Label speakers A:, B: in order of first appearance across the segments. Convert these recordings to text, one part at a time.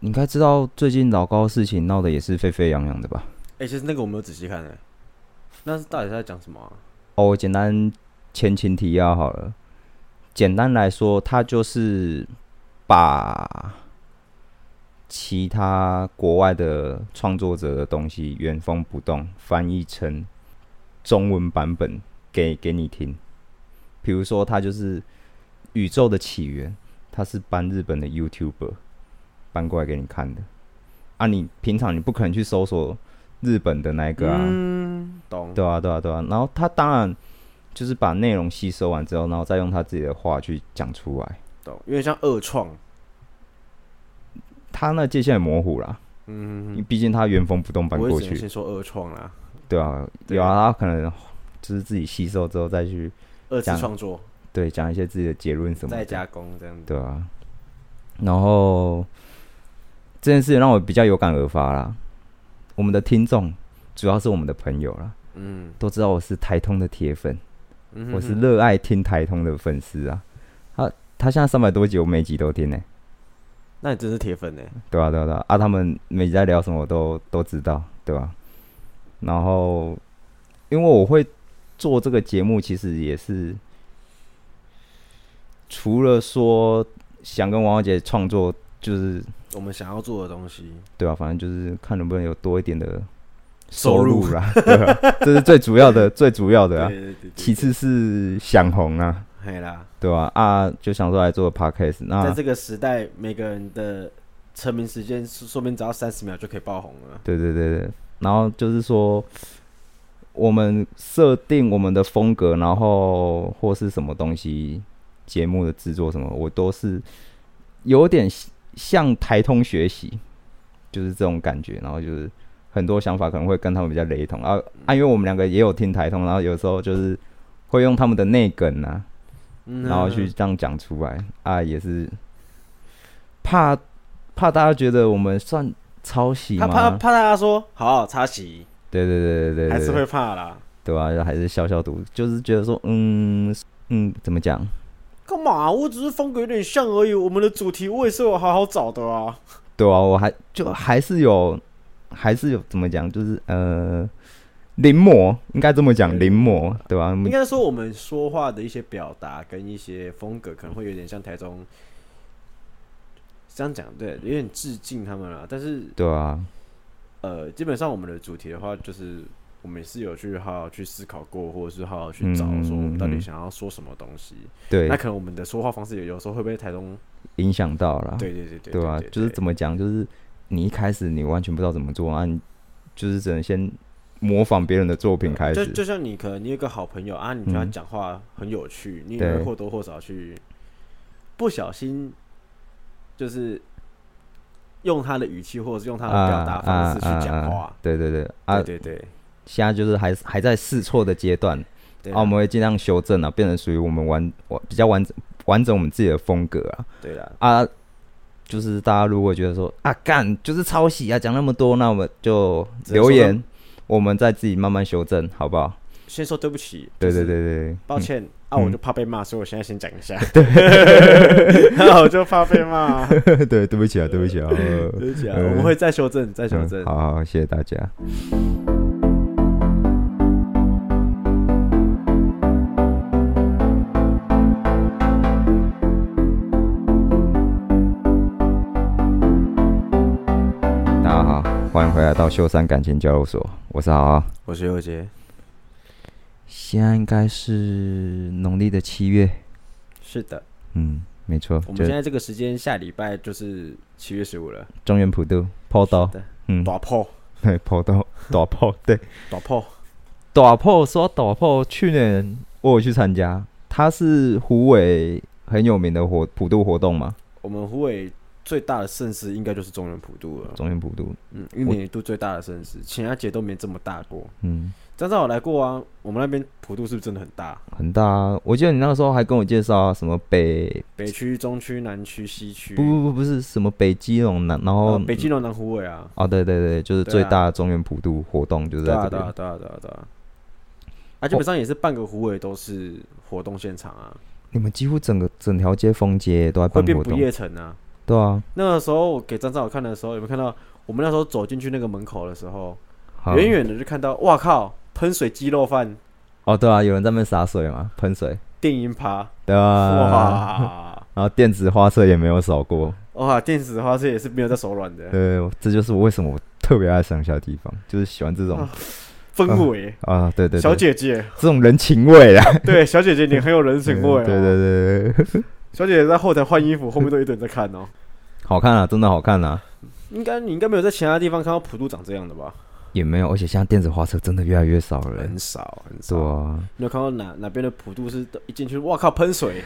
A: 你应该知道最近老高事情闹得也是沸沸扬扬的吧？
B: 哎、其实那个我没有仔细看哎、那是到底在讲什么、啊？
A: 哦，我简单前情提要好了。简单来说，他就是把其他国外的创作者的东西原封不动翻译成中文版本给给你听。比如说，他就是《宇宙的起源》，他是搬日本的 YouTuber 搬过来给你看的。啊，你平常你不可能去搜索日本的那一个啊，
B: 嗯，懂。
A: 对啊，对啊，对啊。然后他当然就是把内容吸收完之后，然后再用他自己的话去讲出来。
B: 懂，有点像恶创。
A: 他那界限很模糊啦，因为
B: 嗯，
A: 毕竟他原封不动搬
B: 我也
A: 过
B: 只能
A: 去。
B: 先说恶创啦，
A: 对啊，
B: 对
A: 有啊，他可能就是自己吸收之后再去
B: 二次
A: 讲
B: 创作
A: 对讲一些自己的结论什么
B: 再
A: 的。
B: 加工这样子。
A: 对啊，然后这件事情让我比较有感而发啦。我们的听众主要是我们的朋友啦，
B: 嗯，
A: 都知道我是台通的铁粉。
B: 嗯哼
A: 我是
B: 哼
A: 热爱听台通的粉丝啊。他他现在三百多集，我每集都听呢、
B: 那你真是铁粉欸呢、
A: 对啊，对啊，对啊。啊，他们每集在聊什么，我都都知道，对吧、然后，因为我会做这个节目，其实也是除了说想跟王小姐创作，就是
B: 我们想要做的东西，
A: 对啊吧、反正就是看能不能有多一点的
B: 收入
A: 入啦， 对吧、这是最主要 的，最主要的啊。
B: 对对
A: 其次是想红啊，
B: 嘿啦，
A: 对吧、啊？就想说来做 podcast，那
B: 在这个时代，每个人的成名时间，说说不定只要三十秒就可以爆红了。
A: 对对对对，然后就是说，我们设定我们的风格，然后或是什么东西，节目的制作什么，我都是有点向台通学习，就是这种感觉。然后就是很多想法可能会跟他们比较雷同啊啊，因为我们两个也有听台通，然后有时候就是会用他们的内梗啊，
B: 嗯
A: 然后去这样讲出来啊，也是怕怕大家觉得我们算抄袭
B: 他
A: 吗？
B: 怕怕大家说好插旗，
A: 对对对对对，
B: 还
A: 对
B: 是会怕啦。
A: 对吧、还是消消毒，就是觉得说，嗯嗯，怎么讲？
B: 干嘛？我只是风格有点像而已。我们的主题我也是有好好找的啊。
A: 对啊，我还就还是有，还是有怎么讲？就是呃，临摹，应该这么讲，临摹，对啊吧、
B: 应该说我们说话的一些表达跟一些风格，可能会有点像台中。这样讲对，有点致敬他们了。但是
A: 对啊，
B: 呃，基本上我们的主题的话，就是我们也是有去好好去思考过，或者是好好去找
A: 嗯
B: 说我们到底
A: 嗯
B: 想要说什么东西。
A: 对
B: 那，可能我们的说话方式有有时候会被台中，
A: 影响到了，
B: 对对对对
A: 对吧、啊就是怎
B: 么
A: 么讲？就是你一开始你完全不知道怎么做啊，你就是只能先模仿别人的作品开
B: 啊就
A: 始，
B: 就像你可能你有一个好朋友啊，你跟他
A: 嗯
B: 讲话很有趣，你也
A: 对
B: 会或多或少去不小心就是用他的语气或者是用他的表达方式去讲话。
A: 对对对啊，
B: 对对对
A: 现在就是还还在试错的阶段，
B: 对
A: 啊，我
B: 啦，
A: 们会尽量修正啊，变成属于我们完完比较完整完整我们自己的风格啊
B: 对啦，
A: 啊，就是大家如果觉得说啊干就是抄袭啊，讲那么多，那我们就
B: 只能
A: 留
B: 说
A: 言，我们再自己慢慢修正，好不好？
B: 先说对不起，
A: 对
B: 就是
A: 对对对，
B: 抱
A: 嗯
B: 歉、啊，
A: 嗯
B: 我就怕被骂，所以我现在先讲一下。对， 我就怕被 骂，
A: 对对不起啊，对不起啊，呃
B: 对不起啊，
A: 嗯
B: 我们会再修正，再修
A: 嗯
B: 正。
A: 好好，谢谢大家。大家好，欢迎回来到秀山感情交流所，我是豪豪。
B: 我是尤杰，
A: 现在应该是农历的七月，
B: 是的，
A: 嗯，没错
B: 我，们
A: 就
B: 现在这个时间下礼拜就是七月十五了，
A: 中原普渡抛刀，
B: 的，
A: 嗯，
B: 打破，
A: 对，抛刀，大炮，对，
B: 打破，
A: 打破说打破，去年我有去参加，它是湖尾很有名的活普渡活动嘛，
B: 我们湖北最大的盛事应该就是中原普渡了，
A: 中原普渡，
B: 嗯，一年一度最大的盛事，其他节都没这么大过。
A: 嗯，
B: 张兆我来过啊，我们那边普渡是不是真的很大？
A: 很大、啊。我记得你那个时候还跟我介绍、啊、什么北，
B: 北区、中区、南区、西区，
A: 不不不，不是什么北基隆南，然后、
B: 呃北京、龙南、湖北啊，
A: 哦，对对对，就是
B: 对啊
A: 最大的中原普渡活动就是
B: 对
A: 在
B: 啊，
A: 这
B: 对
A: 边，
B: 啊，对啊，对啊，对啊。啊，基本上也是半个湖尾都是活动现场啊，
A: 你们几乎整个整条街封街都在
B: 会
A: 办
B: 变
A: 活
B: 不
A: 动，
B: 夜城啊，
A: 对啊，
B: 那个时候我给张张我看的时候，有没有看到我们那时候走进去那个门口的时候，
A: 好
B: 远远的就看到，哇靠，喷水鸡肉饭
A: 哦，对啊，有人在那边洒水嘛，喷水，
B: 电音趴，
A: 对啊，
B: 哇
A: 然后电子花色也没有少过，
B: 哇，电子花这也是没有在手软的
A: 对，这就是我为什么我特别爱乡下地方，就是喜欢这种
B: 啊氛围，
A: 啊，对对，对
B: 小姐姐，
A: 这种人情味啊，
B: 对小姐姐你很有人
A: 对
B: 情味，哦
A: 对，对对对，
B: 小姐姐在后台换衣服，后面都一堆人在看哦。
A: 好看啊，真的好看啊，
B: 应该你应该没有在其他地方看到普渡长这样的吧？
A: 也没有，而且现在电子花车真的越来越少了、欸，
B: 很少，很
A: 对
B: 少。
A: 啊，
B: 你有看到哪哪边的普渡是都一进去，哇靠，喷水，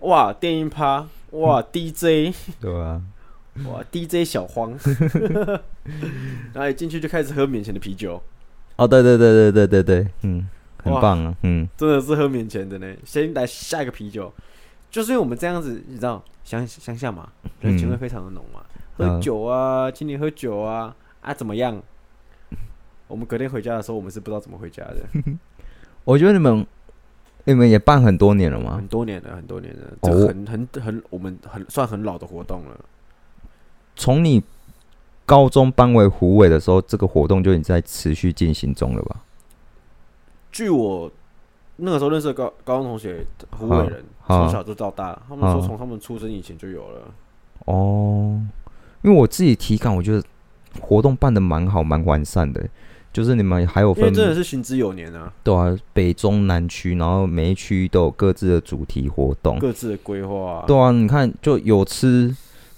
B: 哇电音趴，哇 DJ，
A: 对啊，
B: 哇 DJ 小 黄， 然后一进去就开始喝免钱的啤酒，
A: 哦，对对对对对对对，嗯，很
B: 哇
A: 棒啊，嗯，
B: 真的是喝免钱的呢。先来下一个啤酒，就是因为我们这样子，你知道乡乡下嘛，人情味
A: 嗯
B: 非常的浓嘛，
A: 嗯
B: 喝酒啊，请你喝酒啊，啊怎么样？我们隔天回家的时候，我们是不知道怎么回家的，
A: 我觉得你们你们也办很多年了吗
B: 很？多年了，很多年了，
A: 啊哦
B: 这个很很很我们很算很老的活动了。
A: 从你高中搬回湖尾的时候，这个活动就已经在持续进行中了吧？
B: 据我那个时候认识的高高中同学，湖北人，
A: 好
B: 从小就到大，他们说
A: 好
B: 从他们出生以前就有了。
A: 哦，因为我自己体感，我觉得活动办的蛮好，蛮完善的。就是你们还有
B: 因为
A: 分
B: 真的是行之有年啊，
A: 对啊，北中南区，然后每一区都有各自的主题活动。
B: 各自的规划、啊。
A: 哦对啊，你看就有吃，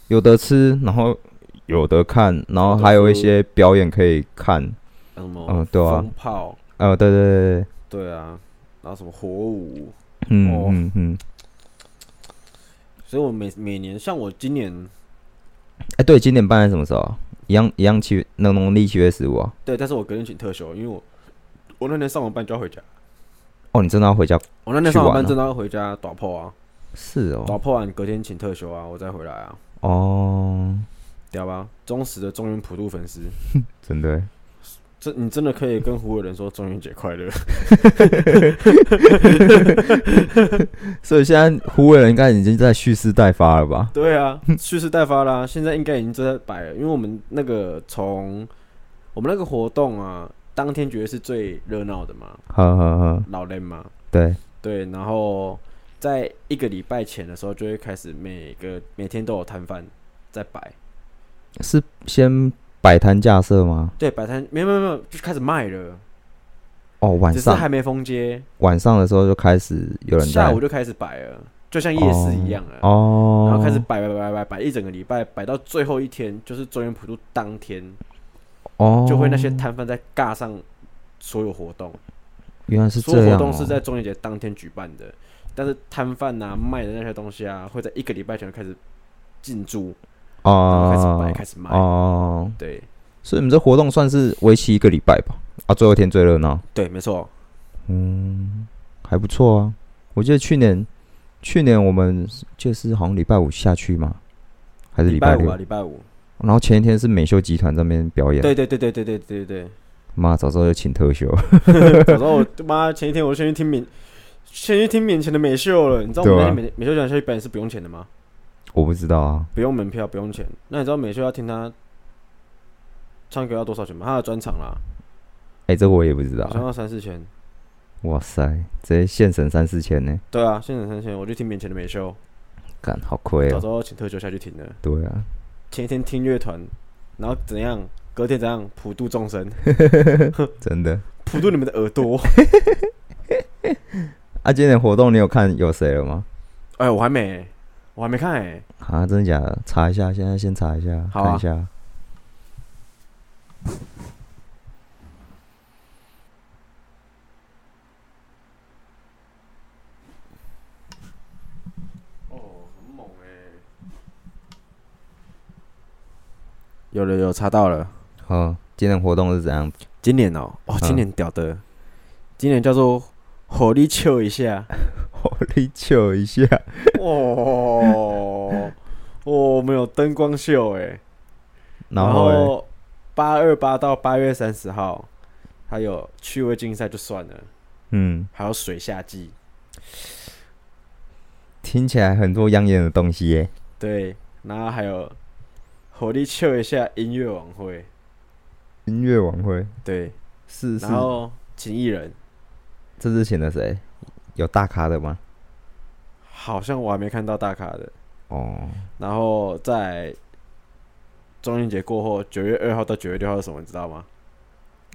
A: 有的吃，然后有的看，然后还有一些表演可以看。
B: 什么
A: 嗯对啊
B: 风炮，
A: 呃，对对对对，
B: 对啊，然后什么火舞，
A: 嗯
B: 哦
A: 嗯嗯，
B: 所以我每每年像我今年
A: 哎、对，今年办在什么时候啊？一样一样七月，那农历七月十五啊。
B: 对，但是我隔天请特休，因为我我那天上完班就要回家，
A: 哦，你真的要回家？
B: 我那天
A: 去
B: 上
A: 玩
B: 完班
A: 了
B: 真的要回家打炮啊，
A: 是
B: 打
A: 哦，
B: 炮完隔天请特休啊，我再回来啊，
A: 哦，
B: 屌吧，忠实的中原普渡粉丝，
A: 真的耶，
B: 这你真的可以跟湖北人说中元节快乐，
A: 所以现在湖北人应该已经在蓄势待发了吧？
B: 对啊，蓄势待发啦，现在应该已经正在摆了，因为我们那个从我们那个活动啊，当天绝对是最热闹的嘛，
A: 呵呵呵，
B: 老人嘛，
A: 对，
B: 对，然后在一个礼拜前的时候，就会开始每个每天都有摊贩在摆，
A: 是先摆摊架设吗？
B: 对，摆摊没有没有没有，就开始卖了，
A: 哦，晚
B: 只是
A: 上
B: 还没封街，
A: 晚上的时候就开始有人在
B: 下午就开始摆了，就像夜市一样了。
A: 哦，
B: 然后开始摆摆摆摆摆一整个礼拜，摆到最后一天，就是中原普渡当天，
A: 哦，
B: 就会那些摊贩在尬上所有活动，
A: 哦原来是
B: 所
A: 这
B: 有
A: 样、
B: 活
A: 哦，
B: 动是在中元节当天举办的，但是摊贩啊卖的那些东西啊，会在一个礼拜前就开始进驻，然后开始
A: 哦
B: 摆开始卖，
A: 哦，
B: 对
A: 所以你们这活动算是为期一个礼拜吧？啊，最后一天最热闹，
B: 对，没错，
A: 嗯，还不错啊。我记得去年去年我们就是好像礼拜五下去嘛，还是
B: 礼
A: 拜
B: 五
A: 六？
B: 啊，礼拜五，
A: 然后前一天是美秀集团这边表演，
B: 对对对对对对对对
A: 妈，早知道就请特休，
B: 对，早知道我他妈前一天我就先去听免，先去听免钱的美秀了，你知道我们
A: 对
B: 那
A: 啊
B: 天美美秀讲下去表演是不用钱的吗？
A: 我不知道啊。
B: 不用门票，不用钱。那你知道美秀要听他唱歌要多少钱吗？他的专场啦，
A: 哎、这我也不知道
B: 好。像要三四千。
A: 哇塞，直接现省三四千呢，
B: 对啊，现场三千，我就听免钱的美秀，
A: 干好亏
B: 早
A: 哦、
B: 知道请特休下去听了。
A: 对啊，
B: 前一天听乐团，然后怎样？隔天怎样？普渡众生，
A: 真的。
B: 普渡你们的耳 朵。
A: 啊，今年活动你有看有谁了吗？
B: 哎，我还没，我还没看哎、
A: 啊，真的假的？查一下，现在先查一下，
B: 好啊
A: 看一下。
B: 哦，很猛哎、有了，有查到了。
A: 哦，今年活动是怎样？
B: 今年哦，哦，今
A: 嗯
B: 年屌的，今年叫做火力秀一下。
A: 我力求一下。
B: 哦，哦，我们有灯光秀哎，
A: 然后嘞
B: 后八二八到八月三十号，还有趣味竞赛就算了，
A: 嗯，
B: 还有水下季，
A: 听起来很多养眼的东西耶。
B: 对，然后还有火力秀一下音乐晚会，
A: 音乐晚会
B: 对，
A: 是是
B: 然，后请艺人，
A: 这是请的谁？有大咖的吗？
B: 好像我还没看到大咖的。
A: 哦，
B: 然后在中元节过后，九月二号到九月六号是什么？你知道吗？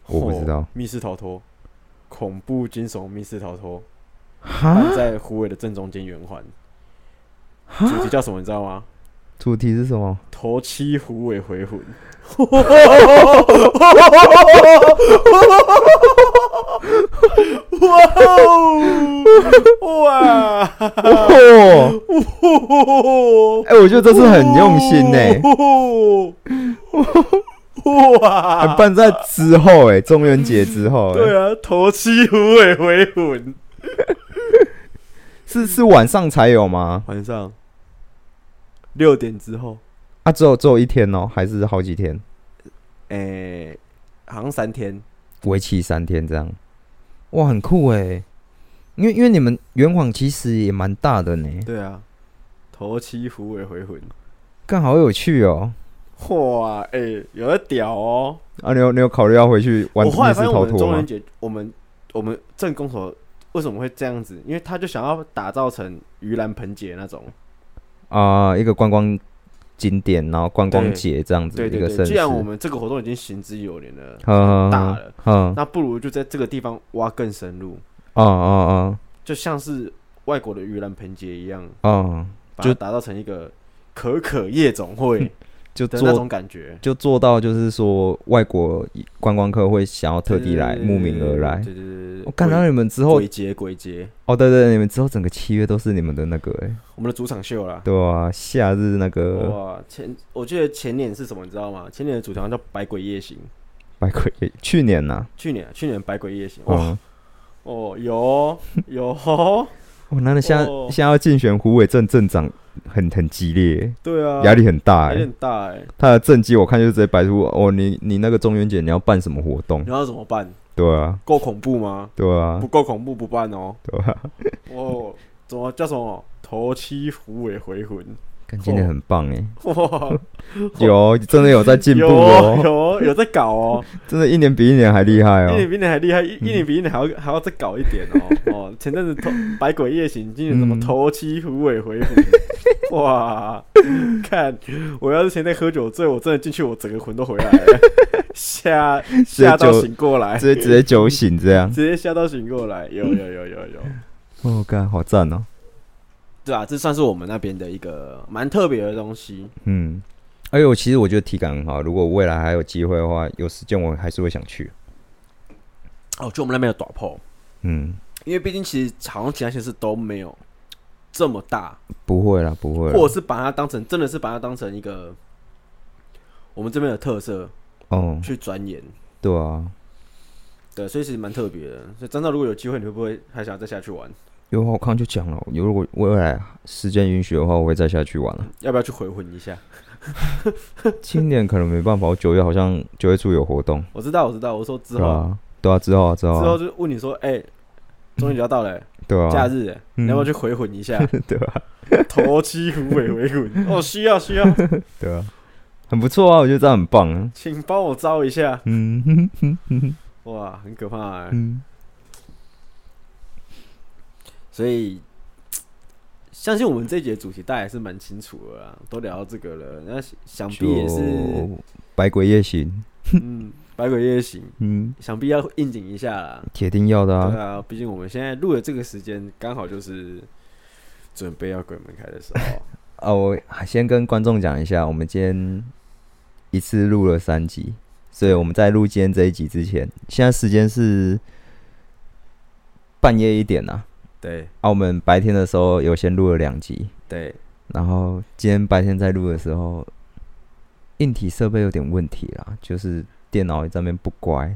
A: 我不知道
B: 嚯密室逃脱，恐怖惊悚密室逃脱，
A: 哈
B: 办，在湖尾的正中间圆环。
A: 啊
B: 主题叫什么？你知道吗？
A: 主题是什 么？
B: 头七虎尾 回魂，哦哇
A: 哦，
B: 哦！
A: 哎、我觉得这次很用心呢、还
B: 哇！
A: 啊办在之后哎、中元节之后、哎
B: 啊对啊，头七虎尾回魂，
A: 是是晚上才有吗？
B: 晚上六点之后，
A: 啊，只有只有一天哦、还是好几天？
B: 诶、好像三天，
A: 为期三天这样，哇，很酷哎、因为因为你们圆谎其实也蛮大的呢，
B: 对啊，头七虎尾回魂，
A: 干好有趣哦、
B: 哇，诶、有的屌哦！
A: 啊，你有你有考虑要回去玩
B: 我
A: 密
B: 后来发
A: 室
B: 现我
A: 逃
B: 们
A: 脱
B: 中元
A: 吗？
B: 节，我们我们镇公所为什么会这样子？因为他就想要打造成盂兰盆节那种，
A: 啊、一个观光景点，然后观光节这样子
B: 对
A: 一
B: 对
A: 个
B: 对。
A: 盛
B: 既
A: 世，
B: 然我们这个活动已经行之有年了，
A: 嗯
B: 大了，
A: 嗯，
B: 那不如就在这个地方挖更深入，
A: 哦哦
B: 就像是外国的盂兰盆节一样，
A: 哦哦，
B: 把
A: 就
B: 它打造成一个可可夜总会
A: 就
B: 的那
A: 做
B: 种感觉。
A: 就做到就是说外国观光客会想要特地来慕名而来。
B: 对对对对，
A: 我看到
B: 鬼
A: 你们之后
B: 鬼节鬼节，
A: 哦，对对，你们之后整个七月都是你们的那个哎、
B: 我们的主场秀啦。
A: 对啊，夏日那个
B: 哇，前我记得前年是什么，你知道吗？前年的主题好像叫《百鬼夜行》，
A: 百鬼夜，去年呐、
B: 去年啊去年《百鬼夜行》哇
A: 哦，
B: 哦有哦有 哦，
A: 哦，那那现在、
B: 哦
A: 现在要竞选湖北镇镇长很很激烈，
B: 对啊，
A: 压力很大哎、
B: 有点大哎，
A: 他的政绩我看就直接摆出哦，你你那个中元节你要办什么活动？
B: 然后怎么办？
A: 对啊，
B: 够恐怖吗？
A: 对啊
B: 不，够恐怖不办哦。
A: 对啊，
B: 哦，怎么叫什么？头七虎尾回 魂，
A: 看今天很棒哎、
B: 哇，
A: 有真的有在进步
B: 有
A: 哦
B: 哦，有哦有在搞哦，
A: 真的一年比一年还厉害
B: 一年
A: 哦。
B: 比一年还厉害，一一年比一年还要还要再搞一点 哦。哦，前阵子头百鬼夜行，今年什么
A: 嗯
B: 头七虎 尾回魂，哇！看我要是前天喝酒醉，我真的进去，我整个魂都回来了， 吓吓到
A: 酒
B: 醒过来，
A: 直接直接酒醒这样，
B: 直接吓到醒过来，有有有有 有。
A: 哦，干好赞哦，
B: 对啊，这算是我们那边的一个蛮特别的东西。
A: 嗯，哎呦，其实我觉得体感很好，如果未来还有机会的话，有时间我还是会想去，
B: 哦，就我们那边有短炮，
A: 嗯，
B: 因为毕竟其实好像其他县市都没有这么大，
A: 不会啦，不会啦，
B: 或者是把它当成真的是把它当成一个我们这边的特色
A: 哦，
B: 去钻研。
A: 对啊，
B: 对，所以其实蛮特别的。所以张照，如果有机会，你会不会还想再下去玩？
A: 有我刚刚就讲了，有如果未来时间允许的话，我会再下去玩了。啊
B: 要不要去回魂一下？
A: 今年可能没办法，我九月好像九月初有活动，
B: 我知道，我知道。我说之
A: 对
B: 后，
A: 啊，对啊，之后啊，之后
B: 之后
A: 啊，
B: 就问你说，哎、终于聊到了、
A: 对
B: 假
A: 啊，
B: 日、欸，
A: 嗯
B: 你要不要去回魂一下？
A: 对啊，
B: 头七虎尾回魂，哦，需 要需要，
A: 对啊，很不错啊，我觉得这样很棒啊。
B: 请帮我招一下。
A: 嗯 哼哼哼
B: 哇，很可怕、欸。
A: 嗯，
B: 所以，相信我们这一节主题大家也是蛮清楚的啦，都聊到这个了。那想必也是，
A: 就百鬼夜行，
B: 嗯，百鬼夜行，
A: 嗯，
B: 想必要应景一下啦。
A: 铁定要的
B: 对
A: 啊。
B: 啊，毕竟我们现在录的这个时间刚好就是准备要鬼门开的时候。
A: 啊，我先跟观众讲一下，我们今天一次录了三集，所以我们在录今天这一集之前，现在时间是半夜一点啊。
B: 对
A: 啊，我们白天的时候有先录了两集，
B: 对，
A: 然后今天白天在录的时候，硬体设备有点问题啦，就是电脑在那边不乖，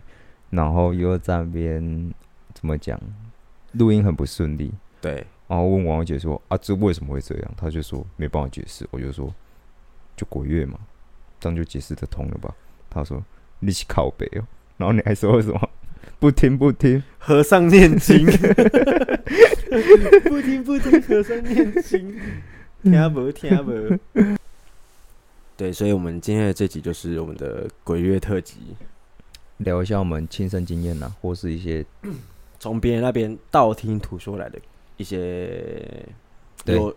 A: 然后又在那边怎么讲，录音很不顺利。
B: 对，
A: 然后问王姐说：“啊，这为什么会这样？”她就说：“没办法解释。”我就说：“就鬼月嘛，这样就解释得通了吧？”她说：“你是靠北哦。”然后你还说什么 不听不听，
B: 和尚念经，不听不听，和尚念经，听不听不。 对，所以我们今天的这集就是我们的鬼月特辑，
A: 聊一下我们亲身经验呐、啊，或是一些
B: 从别人那边道听途说来的一些
A: 对
B: 有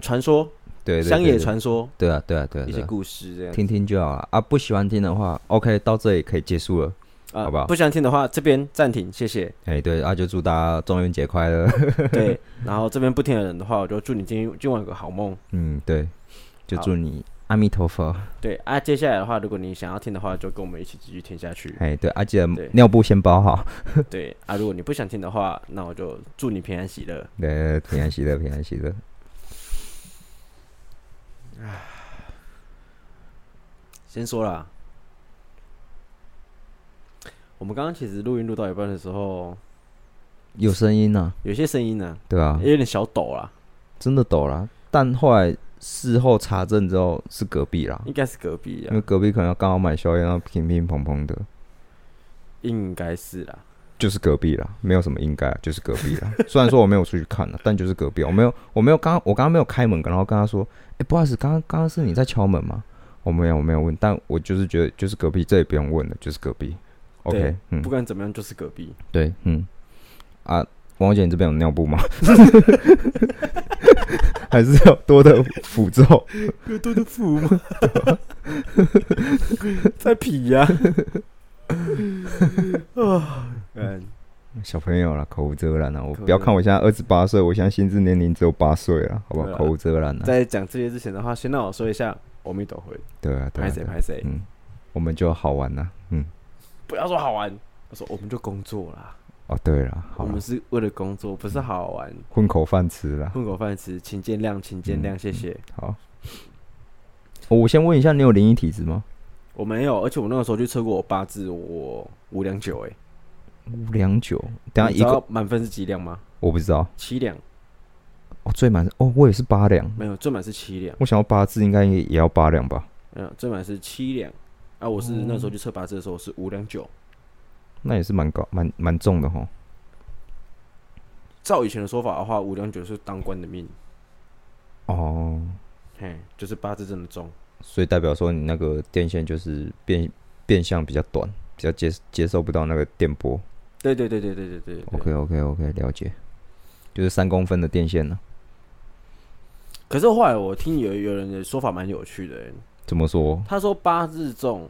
B: 传说、
A: 对对对
B: 乡野
A: 对
B: 传说
A: 对啊对啊对啊
B: 一
A: 对
B: 些
A: 啊，
B: 故事这样。
A: 听听就好了啊。不喜欢听的话，OK，到这里可以结束了。
B: 啊
A: 好不好
B: 不想听的话，这边暂停，谢谢。
A: 哎、对啊，就祝大家中元节快乐。
B: 对，然后这边不听的人的话，我就祝你今天今晚有个好梦。
A: 嗯，对，就
B: 好
A: 祝你阿弥陀佛。
B: 对啊，接下来的话，如果你想要听的话，就跟我们一起继续听下去。
A: 哎、对，啊，记得
B: 对
A: 尿布先包好。
B: 对啊，如果你不想听的话，那我就祝你平安喜乐。
A: 对对，对平安喜乐，平安喜乐。
B: 先说啦，我们刚刚其实录音录到一半的时候，
A: 有声音呢、
B: 有些声音呢、
A: 对啊，
B: 有点小抖啦，
A: 真的抖啦。但后来事后查证之后是隔壁啦，
B: 应该是隔壁
A: 因
B: 啊
A: 为，隔壁可能要刚好买宵夜，然后乒乒乓乓的，
B: 应该是啦。
A: 就是隔壁啦，没有什么应该，啊就是隔壁啦。 虽然说我没有出去看了，但就是隔壁，我没有，我没有刚，我刚刚没有开门，然后跟他说，哎、不好意思，刚刚刚刚是你在敲门吗？我没有，我没有问，但我就是觉得就是隔壁，这也不用问了，就是隔壁。OK，
B: 对
A: 嗯
B: 不，管怎么样，就是隔壁。
A: 对，嗯，啊，王姐，你这边有尿布吗？ 还是要多的符咒？
B: 有多的父母， 在皮呀、 啊！嗯，
A: 小朋友啦，口无遮拦啊！我
B: 口无
A: 不要
B: 遮
A: 看我现在二十八岁，我现在心智年龄只有八岁了，好不好？
B: 对啊
A: 口无遮拦啊！
B: 在讲这些之前的话，先让我说一下，阿弥陀佛，
A: 对啊，对
B: 拍
A: 啊，
B: 谁
A: 对啊
B: 拍谁，
A: 嗯，我们就好玩啦，嗯，
B: 不要说好玩，我说我们就工作啦，
A: 哦，对了，好
B: 我
A: 了
B: 们，是为了工作，不是好玩，
A: 混口饭吃啦。
B: 混口饭吃，请见谅，请见谅，
A: 嗯
B: 谢谢。
A: 好，哦我先问一下，你有灵异体质吗？
B: 我没有，而且我那个时候去测过我八字，我五两九，哎，
A: 五两九，等下
B: 你
A: 一
B: 知
A: 个
B: 道满分是几两吗？
A: 我不知道，
B: 七两，
A: 哦，最满是哦，我也是八两，
B: 没有，最满是七两，
A: 我想要八字应该也也要八两吧？
B: 嗯，最满是七两。啊，我是那
A: 哦
B: 时候去测八字的时候，我是五两九，
A: 那也是蛮高、蛮蛮重的哈。
B: 照以前的说法的话，五两九是当官的命，
A: 哦，
B: 嘿，就是八字真的重。
A: 所以代表说你那个电线就是变变相比较短，比较接接受不到那个电波。
B: 对对对对对对对对
A: OK OK OK，了解，就是三公分的电线呢、
B: 可是后来我听有有人的说法蛮有趣的欸，
A: 怎么说？
B: 他说八字重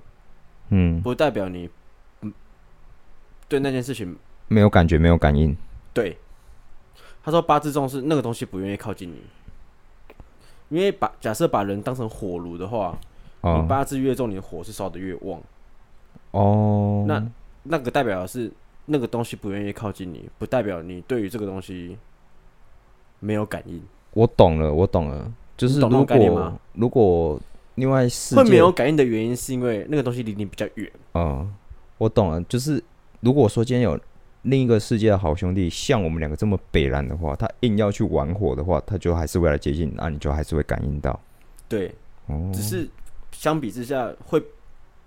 A: 嗯，
B: 不代表你，嗯，对那件事情
A: 没有感觉，没有感应。
B: 对。他说八字重是那个东西不愿意靠近你，因为把假设把人当成火炉的话，
A: 哦
B: 你八字越重，你的火是烧的越旺，
A: 哦，
B: 那那个代表的是那个东西不愿意靠近你，不代表你对于这个东西没有感应。
A: 我懂了，我懂了，就是
B: 你懂那
A: 如
B: 种概念吗
A: 果如果另外世
B: 会
A: 界
B: 没有感应的原因是因为那个东西离你比较远。
A: 嗯，我懂了，就是如果说今天有另一个世界的好兄弟像我们两个这么北蓝的话，他硬要去玩火的话，他就还是会来接近你，那、你就还是会感应到。
B: 对，
A: 哦，
B: 只是相比之下，会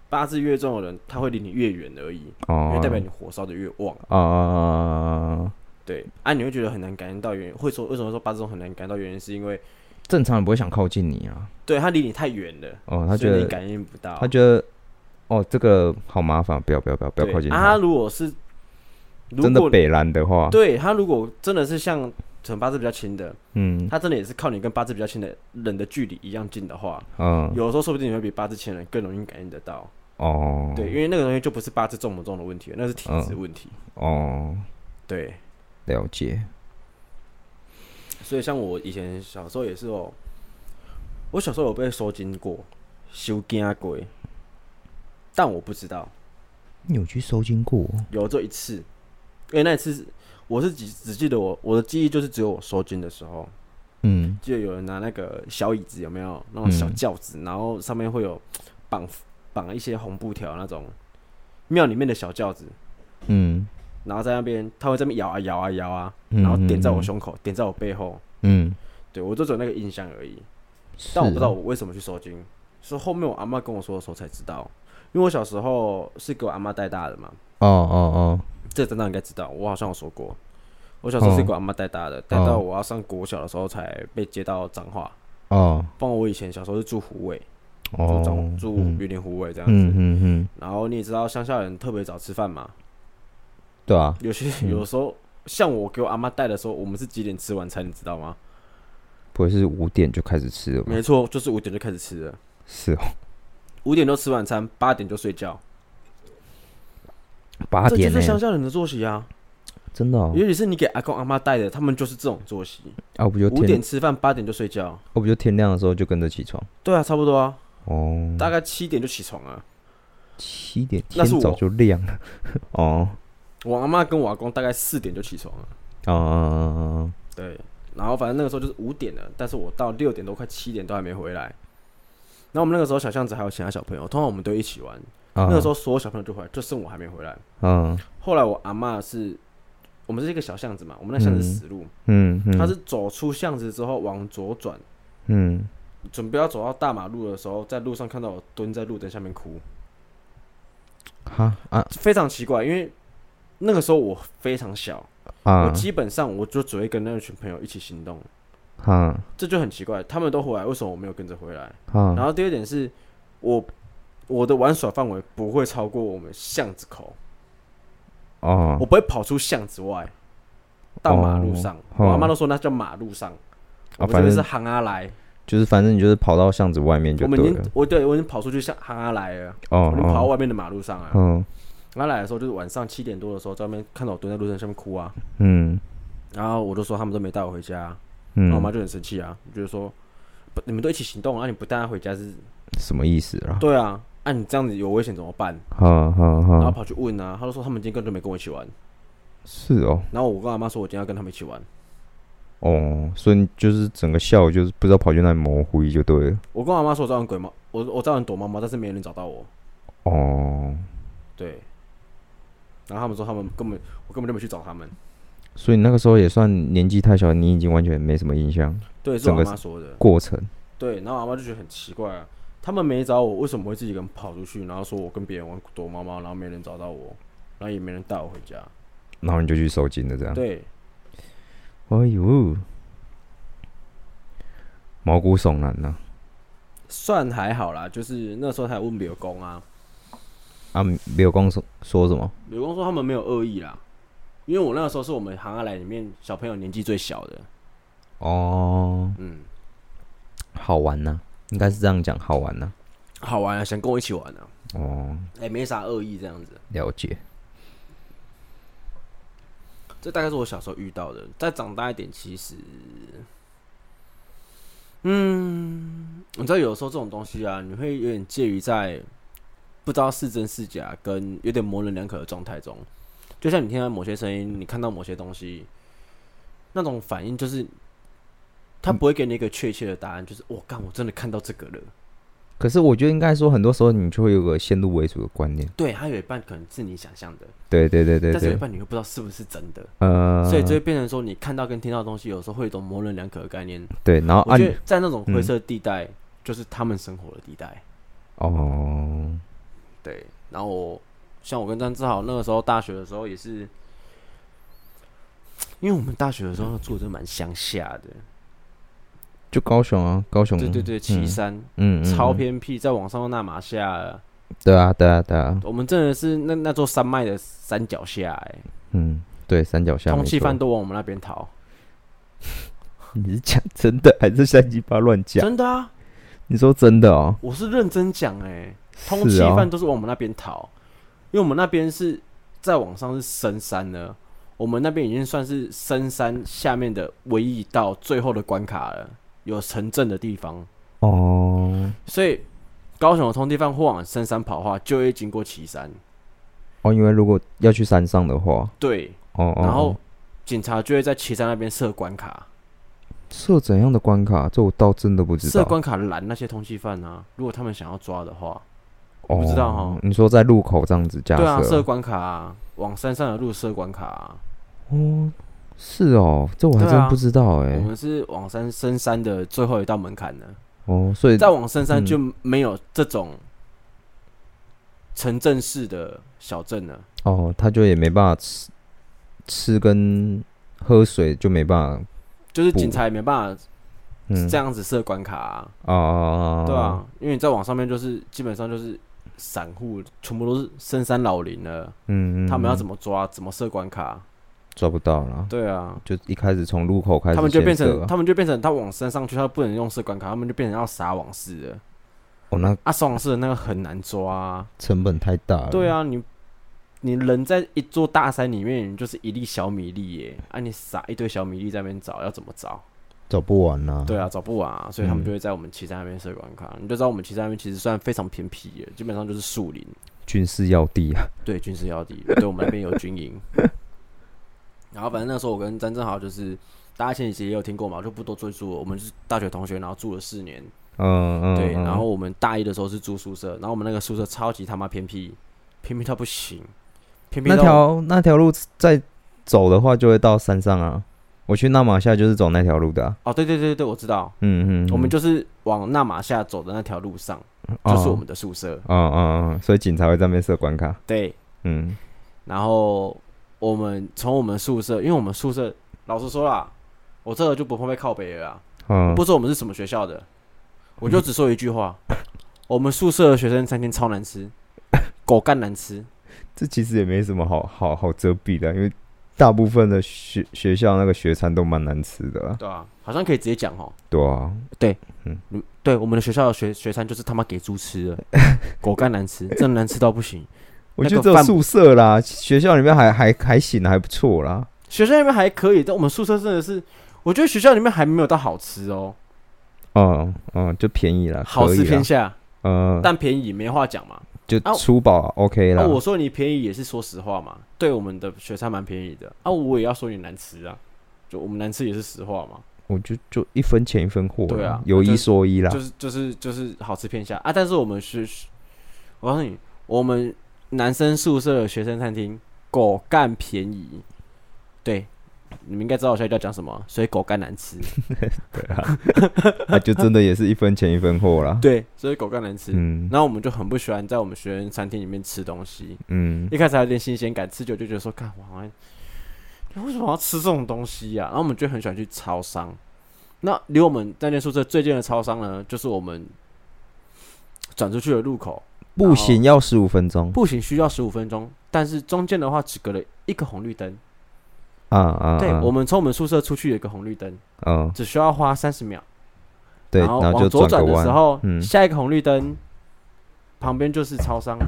B: 八字越重的人，他会离你越远而已，因
A: 哦
B: 为，代表你火烧的越旺。
A: 啊、呃，
B: 对，啊，你会觉得很难感应到原因，会说为什么说八字重很难感应到原因，是因为
A: 正常人不会想靠近你啊。
B: 对他离你太远了，
A: 哦，他
B: 所
A: 觉
B: 以你
A: 得
B: 感应不到。
A: 他觉得哦，这个好麻烦，不要不要不要不要
B: 对
A: 靠近
B: 啊，
A: 他。
B: 他如果是如
A: 真的
B: 果
A: 北蓝的话，
B: 对他如果真的是像可能八字比较轻的，
A: 嗯
B: 他真的也是靠你跟八字比较亲的人的距离一样近的话，
A: 嗯
B: 有的时候说不定你会比八字亲的人更容易感应得到。
A: 哦
B: 对，因为那个东西就不是八字重不重的问题了，那是体质问题。
A: 哦，
B: 对，
A: 了解
B: 所以像我以前小时候也是哦，我小时候有被收金过，收惊过，但我不知道，
A: 你有去收金过
B: 有这一次，因为那一次是我是只只记得我我的记忆就是只有我收金的时候，
A: 嗯
B: 记得有人拿那个小椅子有没有那种小
A: 嗯
B: 轿子，然后上面会有绑绑一些红布条那种庙里面的小轿子，
A: 嗯，
B: 然后在那边他会在那边摇啊摇啊摇啊，
A: 嗯
B: 然后点在我胸口，点在我背后，
A: 嗯，
B: 对我就只有那个印象而已，
A: 是
B: 但我不知道
A: 哦
B: 我为什么去收金，是后面我阿妈跟我说的时候才知道，因为我小时候是给我阿妈带大的嘛，
A: 哦哦
B: 这个大家应该知道，我好像有说过。我小时候是给我阿妈带大的，带、到我要上国小的时候才被接到彰化。
A: 哦哦
B: 不然我以前小时候是住虎尾，住
A: 哦
B: 中，住
A: 嗯
B: 云林湖尾这样子。
A: 嗯嗯嗯，
B: 然后你也知道乡下人特别早吃饭嘛，
A: 对啊，
B: 有些有时候像我给我阿妈带的时候，我们是几点吃晚餐，你知道吗？
A: 不会是五点就开始吃了吧？
B: 没错，就是五点就开始吃了，
A: 是哦，
B: 五点多吃晚餐，八点就睡觉。
A: 八
B: 这就
A: 点呢
B: 是，乡下人的作息啊，
A: 真的哦，
B: 尤其是你给阿公阿妈带的，他们就是这种作息，
A: 啊，我不就
B: 五点
A: 天，
B: 吃饭，八点就睡觉。
A: 我不就天亮的时候就跟着起床？
B: 对啊，差不多啊，
A: 哦，
B: 大概七点就起床了。
A: 七点
B: 那
A: 天
B: 是
A: 早
B: 我
A: 就亮了，哦，
B: 我阿妈跟我阿公大概四点就起床了，
A: 啊啊啊啊啊，
B: 对。然后反正那个时候就是五点了，但是我到六点多快七点都还没回来。然后我们那个时候小巷子还有其他小朋友，通常我们都一起玩。
A: 啊
B: 那个时候所有小朋友就回来，就剩我还没回来。
A: 嗯
B: 后来我阿嬷是，我们是一个小巷子嘛，我们那巷子是死路，
A: 嗯嗯，
B: 她是走出巷子之后往左转，
A: 嗯，
B: 准备要走到大马路的时候，在路上看到我蹲在路灯下面哭，
A: 哈啊
B: 非常奇怪，因为那个时候我非常小，我
A: 啊
B: 基本上我就只会跟那群朋友一起行动，
A: 哈
B: 这就很奇怪，他们都回来，为什么我没有跟着回来？然
A: 哈，
B: 后第二点是我我的玩耍范围不会超过我们巷子口，
A: 嗯
B: 我
A: 哦，
B: 不会跑出巷子外，到马路上。
A: 哦
B: 我阿妈都说那叫马路上，我
A: 啊，
B: 们这
A: 反
B: 边是
A: 正
B: 行阿来。
A: 就是反正你就是跑到巷子外面就
B: 我们已
A: 对
B: 经
A: 了，
B: 我对我已经跑出去像行阿来了，
A: 哦
B: 我已经跑到
A: 哦，
B: 外面的马路上了。
A: 嗯
B: 阿来的时候就是晚上七点多的时候，在外面看到我蹲在路灯下面哭啊，
A: 嗯
B: 然后我就说他们都没带我回家，然后我妈
A: 嗯，
B: 就很生气啊，就是说不你们都一起行动啊，你不带他回家是？
A: 什么意思啦？
B: 对啊，啊你这样子有危险怎么办？
A: 哈哈
B: 然后
A: 哈，
B: 跑去问啊，他就说他们今天根本就没跟我一起玩。
A: 是哦
B: 然后我跟阿妈说我今天要跟他们一起玩，
A: 哦，所以你就是整个下午就是不知道跑去哪里模糊就对了，
B: 我跟我阿妈说我在玩鬼猫，我我在玩躲猫猫，但是没有人找到我。
A: 哦，
B: 对。然后他们说他们根本我根本就没去找他们，
A: 所以那个时候也算年纪太小，你已经完全没什么印象
B: 对，是
A: 整
B: 我阿
A: 个
B: 妈说的。
A: 过程，
B: 对，然后阿妈就觉得很奇怪啊，他们没找我，为什么会自己一个人跑出去，然后说我跟别人玩躲猫猫，然后没人找到我，然后也没人带我回家。
A: 然后你就去收金了这样，
B: 对，
A: 哎呦，毛骨悚然啊呐、
B: 算还好啦，就是那时候还有问柳公啊，
A: 啊！没有光说说什么
B: 柳公说他们没有恶意啦，因为我那个时候是我们行下来里面小朋友年纪最小的，
A: 哦，
B: 嗯，
A: 好玩呐、应该是这样讲，好玩呐、
B: 好玩啊，想跟我一起玩啊，
A: 哦，
B: 哎、没啥恶意这样子。
A: 了解。
B: 这大概是我小时候遇到的。再长大一点，其实，嗯，你知道，有时候这种东西啊，你会有点介于在不知道是真是假，跟有点模棱两可的状态中。就像你听到某些声音，你看到某些东西，那种反应就是，他不会给你一个确切的答案，就是我干，我真的看到这个了。
A: 可是我觉得应该说，很多时候你就会有个先入为主的观念。
B: 对，还有一半可能是你想象的，
A: 对对对对
B: 但是有一
A: 对，
B: 半你又不知道是不是真的，
A: 呃，
B: 所以就会变成说，你看到跟听到的东西，有时候会有一种模棱两可的概念。
A: 对，然后
B: 我
A: 按
B: 觉得在那种灰色地带，就是他们生活的地带。
A: 哦，
B: 对，然后我像我跟张志豪那个时候大学的时候也是，因为我们大学的时候住的蛮乡下的，
A: 就高雄啊，高雄，
B: 对对对，旗山、
A: 嗯，嗯，嗯
B: 超，偏僻，再往上到那马下了，
A: 对啊对啊对啊，
B: 我们真的是那那座山脉的山脚下、欸，
A: 嗯，对，三角下，
B: 通缉
A: 没错
B: 犯，都往我们那边逃，
A: 你是讲真的还是三鸡巴乱讲？
B: 真的啊，
A: 你说真的哦，
B: 我是认真讲哎、欸通
A: 是
B: 缉
A: 哦
B: 犯都是往我们那边逃，因为我们那边是再往上是深山了，我们那边已经算是深山下面的唯一一道最后的关卡了，有城镇的地方，
A: 哦，
B: 所以高雄的通缉犯会往深山跑的话，就会经过旗山，
A: 哦，因为如果要去山上的话，
B: 对，
A: 哦，哦
B: 然后
A: 哦
B: 警察就会在旗山那边设关卡，
A: 设怎样的关卡？这我倒真的不知道。
B: 设关卡拦那些通缉犯啊，如果他们想要抓的话，
A: 我
B: 不知道哈
A: 哦你说在路口这样子架
B: 对啊，
A: 设？
B: 设关卡、啊，往山上的路设关卡、啊。
A: 哦，是哦，这我还
B: 对
A: 真
B: 啊
A: 不知道哎
B: 我。们是往山深山的最后一道门槛了，
A: 哦，所以
B: 再往深山
A: 嗯
B: 就没有这种城镇式的小镇了。
A: 哦，他就也没办法吃吃跟喝水，就没办法。
B: 就是
A: 不
B: 警察也没办法
A: 嗯，
B: 这样子设关卡、啊，
A: 哦哦，哦
B: 对，啊，因为你在网上面就是基本上就是散户全部都是深山老林了，
A: 嗯，嗯
B: 他们要怎
A: 么
B: 么抓，怎么设关卡，
A: 抓不到了？
B: 对啊，
A: 就一开始从路口开始
B: 他们就
A: 先
B: 变
A: 设
B: 成
A: 啊
B: 他们就变成他往山上去，他不能用设关卡，他们就变成要撒网式的，
A: 哦，那
B: 啊，撒网式的那个很难抓、啊，
A: 成本太大了。
B: 对，啊，你你人在一座大山里面，你就是一粒小米粒耶，啊，你撒一堆小米粒在那边找，要怎么找？
A: 啊找不完啦。
B: 对啊，找不完啊，所以他们
A: 嗯
B: 就会在我们岐山那边设关卡。你就知道我们岐山那边其实算非常偏僻耶，基本上就是树林，
A: 军事要地啊，
B: 对，军事 要地，对我们那边有军营。然后反正那时候我跟詹正豪就是，大家前几集也有听过嘛，我就不多赘述了。我们是大学同学，然后住了四年，
A: 嗯嗯，
B: 对。
A: 嗯
B: 然后我们大一的时候是住宿舍，然后我们那个宿舍超级他妈偏僻，偏僻到不行，偏僻
A: 那
B: 到
A: 条那条路再走的话，就会到山上啊。我去那马下就是走那条路的啊、
B: 哦，对对对对，我知道，
A: 嗯嗯，
B: 我们
A: 就
B: 就是往纳马下走的那条路上，就是我们的宿舍。
A: 哦哦哦，所以警察会在那边设关卡。
B: 对，
A: 嗯，
B: 然后我们从我们宿舍，因为我们宿舍老实说啦，我这个就不怕被靠北了啦。
A: 哦，
B: 不说我们是什么学校的，我就只说一句话： 我们宿舍的学生餐厅超难吃，狗干难吃。
A: 这其实也没什么好好好遮蔽的啊，因为大部分的学学校那个学餐都蛮难吃的啊、
B: 对啊，好像可以直接讲哦。
A: 对啊，
B: 对，我们的学校的学学餐就是他妈给猪吃的，狗干难吃，真的难吃到不行。
A: 我
B: 那
A: 觉
B: 个
A: 得只有
B: 饭
A: 宿舍啦，学校里面还还还行啊，还不错啦。
B: 学校里面还可以，但我们宿舍真的是，我觉得学校里面还没有到好吃哦，
A: 嗯嗯，就便宜啦，
B: 好
A: 可以
B: 吃
A: 啦
B: 偏下，
A: 嗯，
B: 但便宜没话讲嘛。
A: 就
B: 啊
A: 粗饱、OK 啦。
B: 啊，我说你便宜也是说实话嘛，对我们的学餐蛮便宜的啊，我也要说你难吃啊，就我们难吃也是实话嘛，
A: 我就就一分钱一分货啦，
B: 对啊
A: 有
B: 就
A: 一说一啦。
B: 就是就是就是好吃偏下啊，但是我们是，我告诉你，我们男生宿舍的学生餐厅狗干便宜，对，你们应该知道我现在要讲什么，所以狗干难 吃，
A: 啊 那就真的也是一分钱一分货啦。
B: 对，啊所以狗干难吃，
A: 嗯
B: 然后我们就很不喜欢在我们学生餐厅里面吃东西，
A: 嗯
B: 一开始还有点新鲜感，吃久就觉得说，看我好像，你为什么要吃这种东西呀、然后我们就很喜欢去超商。那离我们那间宿舍最近的超商呢，就是我们转出去的路口，
A: 步行要十五分钟
B: 步行需要十五分钟，但是中间的话只隔了一个红绿灯。
A: 啊啊！
B: 对，
A: 啊
B: 我们从我们宿舍出去有一个红绿灯，
A: 嗯
B: 只需要花三十秒。
A: 对，
B: 后
A: 然后
B: 往
A: 就
B: 左
A: 转
B: 转
A: 个
B: 的时
A: 弯。
B: 候，
A: 嗯
B: 下一个红绿灯旁边就是超商。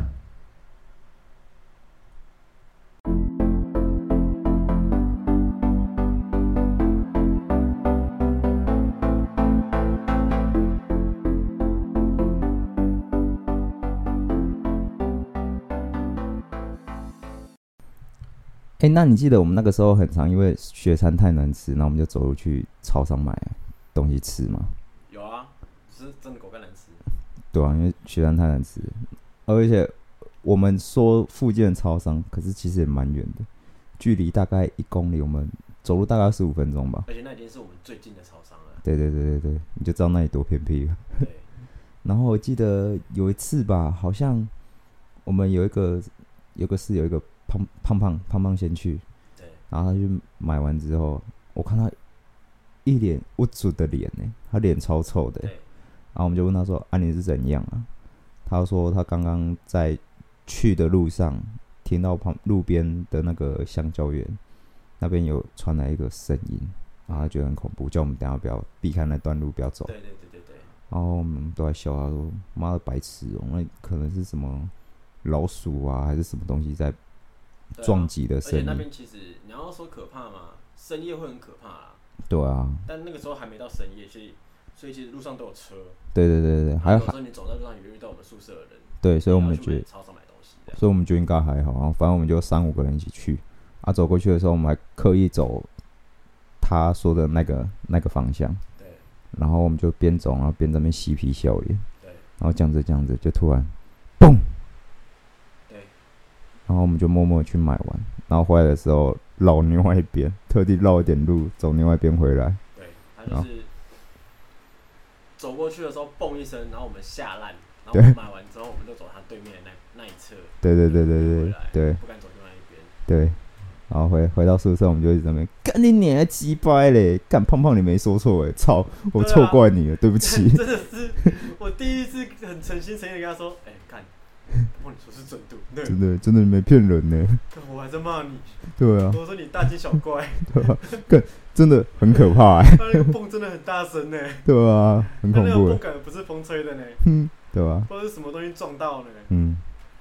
A: 哎，那你记得我们那个时候很常因为雪餐太难吃，然后我们就走路去超商买东西吃嘛。
B: 有啊，是真的狗干难吃。
A: 对啊，因为雪餐太难吃，而且我们说附近的超商，可是其实也蛮远的，距离大概一公里，我们走路大概十五分钟吧。
B: 而且那已经是我们最近的超商了。
A: 对对对对对，你就知道那里多偏僻了。
B: 对，
A: 然后我记得有一次吧，好像我们有一个有个室友，一个胖胖胖胖胖先去，
B: 对，
A: 然后他去买完之后，我看他一脸无助的脸呢、他脸超臭的、欸
B: 对
A: 然后我们就问他说：“啊，你是怎样啊？”他说他刚刚在去的路上听到旁路边的那个香蕉园那边有传来一个声音，然后他觉得很恐怖，叫我们等一下不要避开那段路，不要走。
B: 对对对对对，
A: 然后我们都在笑他说：“妈的白痴哦、那可能是什么老鼠啊，还是什么东西在撞击的
B: 啊而
A: 声
B: 且
A: 音
B: 那？”边其实你要说可怕嘛，深夜会很可怕啦，
A: 对啊，
B: 但那个时候还没到深夜，所以所以其实路上都有车，
A: 对对对对，还
B: 有
A: 有
B: 时候你走在路上也会遇到我们宿舍的人，
A: 对，所以我
B: 然
A: 们
B: 后去
A: 觉
B: 买
A: 得，
B: 超商买东西的。
A: 所以我们觉得应该还好。然后反正我们就三五个人一起去啊，走过去的时候，我们还刻意走他说的那个那个方向，
B: 对
A: 然后我们就边走，然后边在那边嬉皮笑脸，
B: 对
A: 然后这样子这样子，就突然嘣，
B: 对，
A: 然后我们就默默地去买完，然后回来的时候绕另外一边，特地绕一点路走另外一边回来。
B: 对，他就是走过去的时候嘣一声，然后我们吓烂，然后我们买完之后我们就走他对面的那那一侧，
A: 对对对对对
B: 回来
A: 对
B: 不敢走另外一边。
A: 对，然然后回回到宿舍，我们就一直在那边干你娘的鸡掰嘞！干胖胖，你没说错哎，操，我
C: 对啊
A: 错怪你了，对不起。
B: 啊
C: 真的是我第一次很诚心诚意的跟他说，哎、看，我跟你说是准度，对，
A: 真的真的没骗人呢，
C: 干我还在骂你，
A: 对啊，
B: 嗯
C: 我说你大惊小 怪，
A: 对啊，更真的很可怕哎，
C: 他那个蹦真的很大声呢，
A: 对啊，很
C: 他
A: 恐
C: 那个
B: 欸
A: 怖
C: 蹦
A: 哎，
C: 感觉不是风吹的呢，
A: 嗯，对吧？
C: 或者是什么东西撞到的呢，
A: 嗯，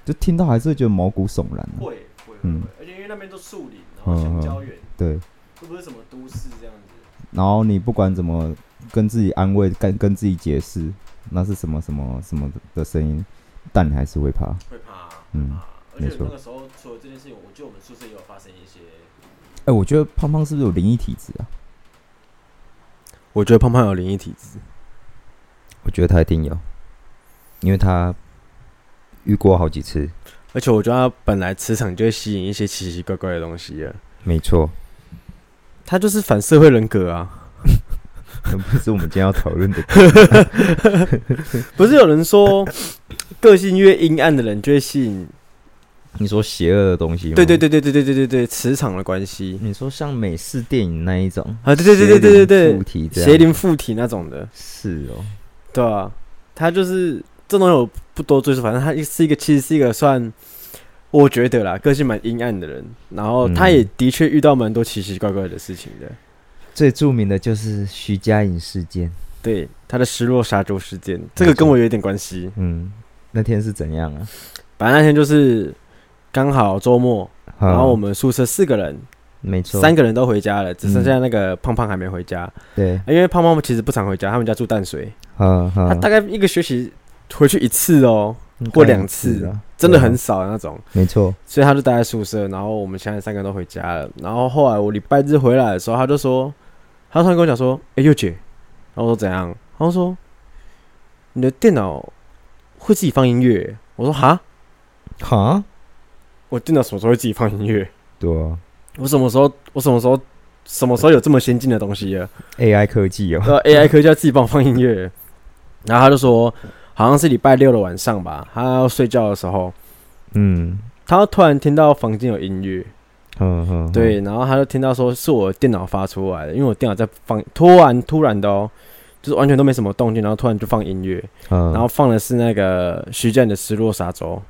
A: 就听到还是会觉得毛骨悚然啊，
C: 会会会
A: 嗯
C: 会，而且因为那边都树林，然
A: 嗯
C: 后
A: 嗯
C: 香蕉园，
A: 对。
C: 又不是什么都市这样子，
A: 然后你不管怎么跟自己安慰，跟跟自己解释，那是什么什么什么的声音，但你还是会怕。
C: 会怕，会
A: 嗯
C: 怕。而
A: 没
C: 且
A: 错
C: 那个时候，除了这件事情，我觉得我们宿舍也有发生一些，
A: 哎、我觉得胖胖是不是有灵异体质啊？
B: 我觉得胖胖有灵异体质，
A: 我觉得他一定有，因为他遇过好几次。
B: 而且我觉得他本来磁场就会吸引一些奇奇怪怪的东西啊，
A: 没错，
B: 他就是反社会人格啊。
A: 不是我们今天要讨论 的。
B: 不是有人说，个性越阴暗的人就会吸引，
A: 你说邪恶的东西吗？
B: 对对。对对对对对对对，磁场的关系
A: 你说像美式电影那一种
B: 啊，对对对对对对
A: 附
B: 对，
A: 体这样
B: 邪灵附体那种的，
A: 是哦，
B: 对啊，他就是这东西我不多赘述，反正他是一个其实是一个算，我觉得啦，个性蛮阴暗的人，然后他
A: 嗯
B: 也的确遇到蛮多奇奇怪怪的事情的，
A: 最著名的就是徐佳莹事件。
B: 对他的失落沙洲事件，这个跟我有一点关系。
A: 嗯，那天是怎样啊？
B: 反正那天就是刚好周末，然后我们宿舍四个人，
A: 没错，
B: 三个人都回家了，只剩下那个胖胖还没回家，啊
A: 对，
B: 因为胖胖其实不常回家，他们家住淡水，
A: 嗯嗯，
B: 他大概一个学期回去一次哦，
A: 应该
B: 过两次
A: 有啊，
B: 真的
A: 对啊
B: 很少的那种。
A: 没错，
B: 所以他就待在宿舍，然后我们现在三个都回家了。然后后来我礼拜日回来的时候，他就说，他突然跟我讲说：“哎、佑姐。”然后我说：“怎样？”然后说：“你的电脑会自己放音乐？”我说：“哈，
A: 哈，
B: 我电脑什么时候会自己放音乐？
A: 对啊
B: 我什么时候？我什么时候？什么时候有这么先进的东西了？啊
A: ，AI 科技哦，
B: 呃，AI 科技要自己帮我放音乐。”然后他就说：“好像是礼拜六的晚上吧，他要睡觉的时候，
A: 嗯
B: 他突然听到房间有音乐。”
A: 嗯嗯，嗯，
B: 对，然后他就听到说是我电脑发出来的，因为我电脑在放，突然突然的哦，就是完全都没什么动静，然后突然就放音乐，
A: 嗯，
B: 然后放的是那个徐佳莹的《失落沙洲》，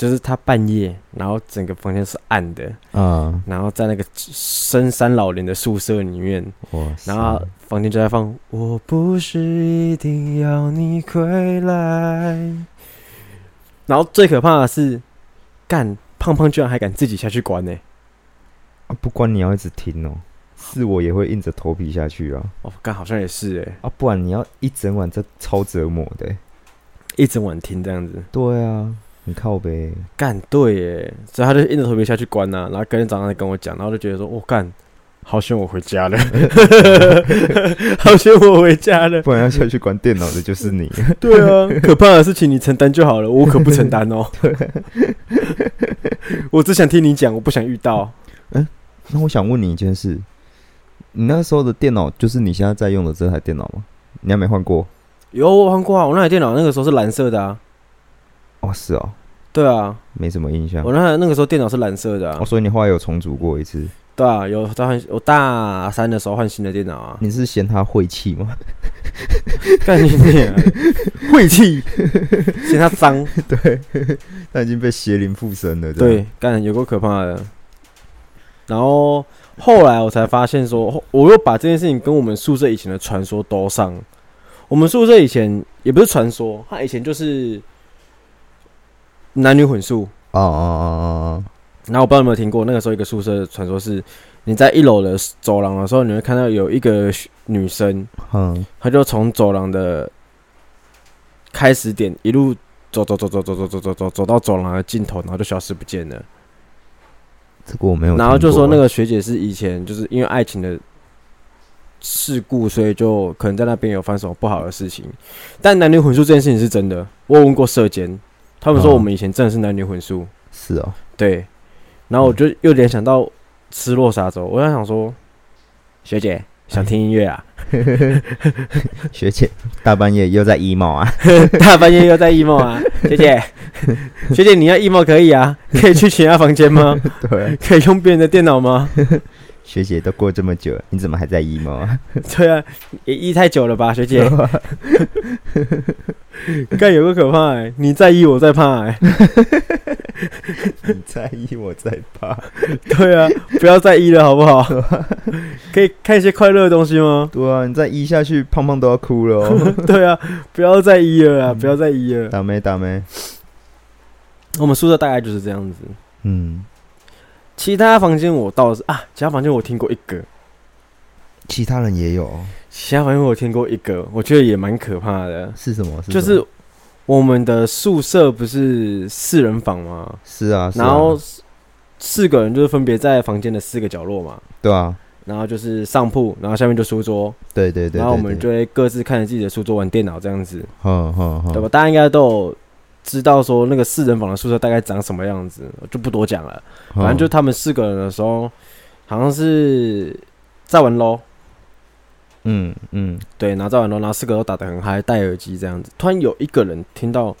B: 就是他半夜，然后整个房间是暗的，
A: 嗯，
B: 然后在那个深山老林的宿舍里面，
A: 哇塞，
B: 然后房间就在放《我不是一定要你回来》，然后最可怕的是，干胖胖居然还敢自己下去欸关呢、
A: 啊不光你要一直听哦，是我也会硬着头皮下去啊，
B: 哦，干好像也是哎、
A: 啊，不然你要一整晚这超折磨的欸，
B: 一整晚听这样子，
A: 对啊，很靠 呗，
B: 干对耶，所以他就硬着头皮下去关呐、然后隔天早上再跟我讲，然后就觉得说，我、干，好险我回家 了，好险我回家了，
A: 不然要下去关电脑的就是 你，
B: 对啊，可怕的事情你承担就好了，我可不承担 哦，我只想听你讲，我不想遇到，
A: 那我想问你一件事，你那时候的电脑就是你现在在用的这台电脑吗？你还没换过？
B: 有我换过啊，我那台电脑那个时候是蓝色的啊，
A: 哦，是哦，
B: 对啊，
A: 没什么印象
B: 我。那台那个时候电脑是蓝色的啊
A: 哦，，所以你后来有重组过一次，
B: 对啊，有他换我大三的时候换新的电脑啊，
A: 你是嫌它晦气吗？
B: 干你娘， 晦气，嫌它脏。
A: 它已经被邪灵附身了。这样，
B: 对，干有够可怕的。然后后来我才发现说，后我又把这件事情跟我们宿舍以前的传说都上。我们宿舍以前也不是传说，它以前就是男女混宿。
A: 哦哦哦哦
B: 然后我不知道你有没有听过，那个时候一个宿舍的传说是，你在一楼的走廊的时候，你会看到有一个女生，
A: 哦，哼，
B: 她就从走廊的开始点一路走走走走走走走走走走到走廊的尽头，然后就消失不见了。
A: 这个我没有听过。欸
B: 然后就说那个学姐是以前就是因为爱情的事故，所以就可能在那边有发生什么不好的事情。但男女混宿这件事情是真的，我有问过社监，他们说
A: 嗯
B: 我们以前真的是男女混宿。
A: 是哦，
B: 对，然后我就又联想到失落沙洲，我在想说，学姐想听音乐啊？
A: 学姐大半夜又在 emo 啊，
B: 大半夜又在 emo 啊？学姐，学姐你要 emo 可以啊，可以去其他房间吗？
A: 对，
B: 可以用别人的电脑吗？
A: 学姐都过这么久了，你怎么还在 emo 啊？
B: 对啊，也 E 太久了吧，学姐？ 干有个可怕哎、你在意我在怕哎、
A: 你在意我在怕，
B: 对啊，不要在意了好不好？ 可以看一些快乐的东西吗？
A: 对啊，你再一下去，胖胖都要哭了哦。
B: 对啊，不要在意了啊，不要在意了。
A: 打没打没？
B: 我们宿舍大概就是这样子，
A: 嗯，
B: 其他房间我倒是啊，其他房间我听过一个，
A: 其他人也有
B: 其他房间我听过一个，我觉得也蛮可怕的，
A: 是什么？
B: 就
A: 什么
B: 是我们的宿舍不是四人房吗？
A: 是啊，是啊
B: 然后四四个人就是分别在房间的四个角落嘛，
A: 对啊，
B: 然后就是上铺，然后下面就书桌，
A: 对对对对，
B: 然后我们
A: 对
B: 就会各自看着自己的书桌玩电脑这样子，
A: 哼哼
B: 对吧？
A: 哼，
B: 大家应该都有知道说那个四人房的宿舍大概长什么样子，我就不多讲了。反
A: 哦
B: 正就他们四个人的时候，好像是在玩 LO，
A: 嗯嗯，
B: 对，然后在玩 LO，然后四个都打得很嗨，戴耳机这样子。突然有一个人听到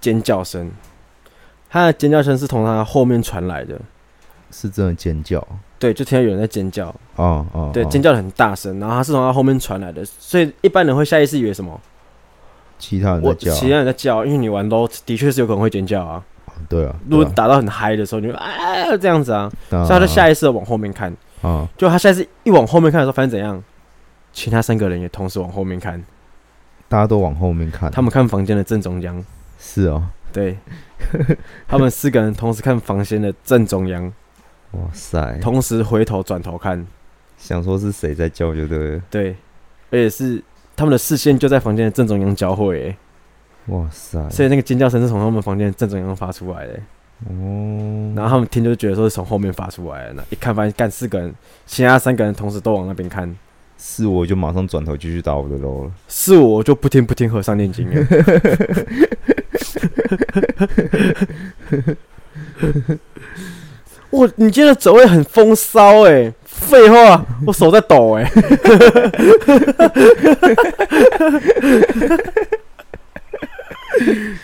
B: 尖叫声，他的尖叫声是从他后面传来的，
A: 是这种尖叫
B: 对，就听到有人在尖叫，
A: 哦哦，
B: 对，
A: 哦
B: 尖叫得很大声，然后他是从他后面传来的，所以一般人会下意识以为什么？
A: 其他人在
B: 我
A: 叫啊，
B: 其他人在叫，因为你玩 LO 的确是有可能会尖叫啊。
A: 对啊，
B: 如果
A: 对啊
B: 打到很嗨的时候，你就啊这样子啊，
A: 啊
B: 所以他就下意识的往后面看。
A: 啊，
B: 就他下一次一往后面看的时候，发现怎样？其他三个人也同时往后面看，
A: 大家都往后面看，
B: 他们看房间的正中央。
A: 是哦，
B: 对， 他们四个人同时看房间的正中央，
A: 哇塞，
B: 同时回头转头看。
A: 想说是谁在叫就对了，
B: 对，而且是他们的视线就在房间的正中央交汇、欸，
A: 哇塞，
B: 所以那个尖叫声是从他们房间的正中央发出来的欸、
A: 哦，
B: 然后他们听就觉得说是从后面发出来的，那一看发现干四个人，其他三个人同时都往那边看。
A: 是我就马上转头继续打我的喽了，
B: 是我我就不听不听和尚念经了。我，你今天的走位很风骚哎、废话，我手在抖哎、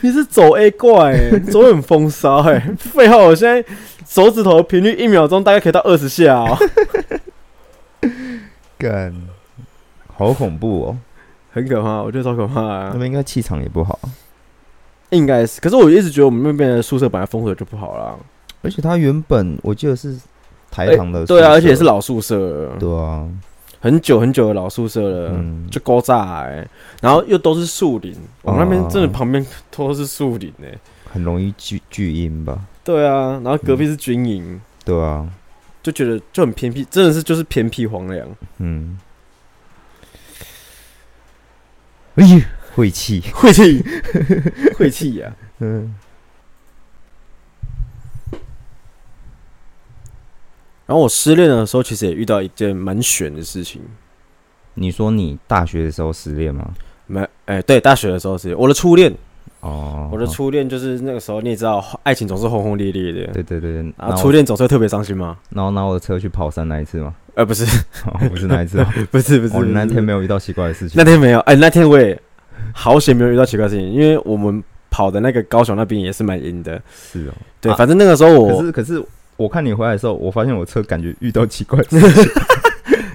B: 你是走 A 怪哎、走位很风骚哎、废话，我现在手指头频率一秒钟大概可以到二十下哦，
A: 干，好恐怖哦，
B: 很可怕，我觉得超可怕、啊
A: 那。边应该气场也不好，
B: 应该是，可是我一直觉得我们那边的宿舍本来风格就不好啦。
A: 而且他原本我记得是台
B: 哎
A: 糖的宿舍，
B: 对啊，而且是老宿舍了，
A: 对啊，
B: 很久很久的老宿舍了，
A: 嗯，
B: 就高炸哎，然后又都是树林，我们那边真的旁边都是树林哎、
A: 很容易聚聚阴吧，
B: 对啊，然后隔壁是军营，
A: 对啊，
B: 就觉得就很偏僻，真的是就是偏僻荒凉，
A: 嗯，哎呀，晦气，
B: 晦 气，晦气啊呀、
A: 嗯，
B: 然后我失恋的时候，其实也遇到一件蛮悬的事情。
A: 你说你大学的时候失恋吗？
B: 没，哎、对，大学的时候是我的初恋，
A: 哦，
B: 我的初恋就是那个时候，你也知道，爱情总是轰轰烈烈的，
A: 对对对对，
B: 啊，
A: 拿
B: 初
A: 我
B: 恋总是会特别伤心吗？
A: 然后拿我的车去跑山那一次吗？
B: 呃，不是，
A: 哦，不是那一次哦，
B: 不是， 不是，
A: 我那
B: 不是
A: 天没有遇到奇怪的事情
B: 那。天没有，哎、那天我也好险没有遇到奇怪的事情，因为我们跑的那个高雄那边也是蛮阴的，
A: 是哦，
B: 对，
A: 啊
B: 反正那个时候
A: 可
B: 我
A: 是可是我看你回来的时候，我发现我车感觉遇到奇怪的 事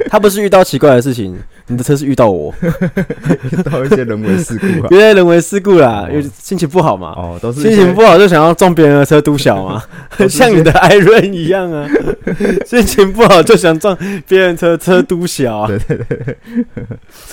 B: 他不是遇到奇怪的事情，你的车是遇 到我，
A: 情，到一些人为世故啊。
B: 原来人为世故啦
A: 哦，
B: 因为心情不好嘛。
A: 哦，都是
B: 心情不好就想要撞别人的车嘟 小嘛，很像你的艾润一样啊。心情不好就想撞别人车车嘟小啊，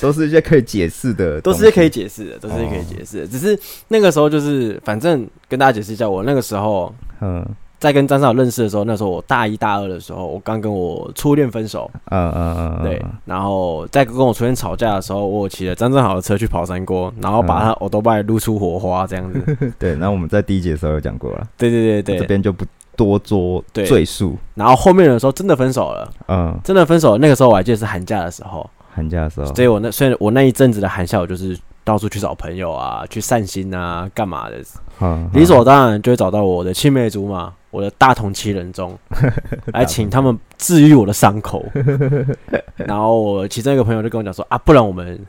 A: 都是一些可以解释的
B: 都
A: 东西，哦
B: 是可以解释的，都是可以解释的。只是那个时候就是，反正跟大家解释一下，我那个时候
A: 嗯。
B: 在跟张少认识的时候，那时候我大一大二的时候，我刚跟我初恋分手，
A: 嗯嗯嗯，嗯
B: 对，然后在跟我初恋吵架的时候，我骑了张正豪的车去跑山锅，然后 把他 o d o b i 撸出火花，这样子。
A: 嗯对。那我们在第一节的时候有讲过了，
B: 对
A: 这
B: 对对对，
A: 边就不多做
B: 对
A: 赘述。
B: 然后后面的时候真的分手了，
A: 嗯，
B: 真的分手了。那个时候我还记得是寒假的时候，
A: 寒假的时候，
B: 所以我那所以我那一阵子的寒假，我就是到处去找朋友啊，去散心啊，干嘛的，
A: 嗯，嗯
B: 理所当然就会找到我的青梅竹马我的大同其 人中，来请他们治愈我的伤口。然后我其中一个朋友就跟我讲说啊，不然我们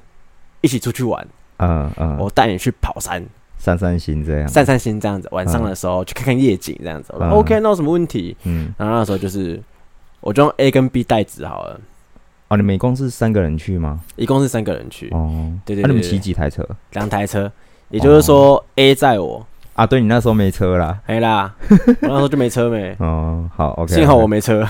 B: 一起出去玩，
A: 嗯嗯，
B: 我带你去跑山、
A: 散散心这样，
B: 散散心这样子，晚上的时候去看看夜景这样子。我说
A: 嗯
B: OK，那有什么问题？
A: 嗯，
B: 然后那时候就是我就用 A 跟 B 代指好了，
A: 哦，你们一共是三个人去吗？
B: 一共是三个人去，
A: 哦，
B: 对对
A: 那你
B: 对
A: 们
B: 对
A: 骑几台车
B: 两台车，也就是
A: 哦
B: 说 A 载我，
A: 啊？对你那时候没车啦，
B: 没啦，我那时候就没车没。
A: 哦，好，OK，
B: 幸好我没车，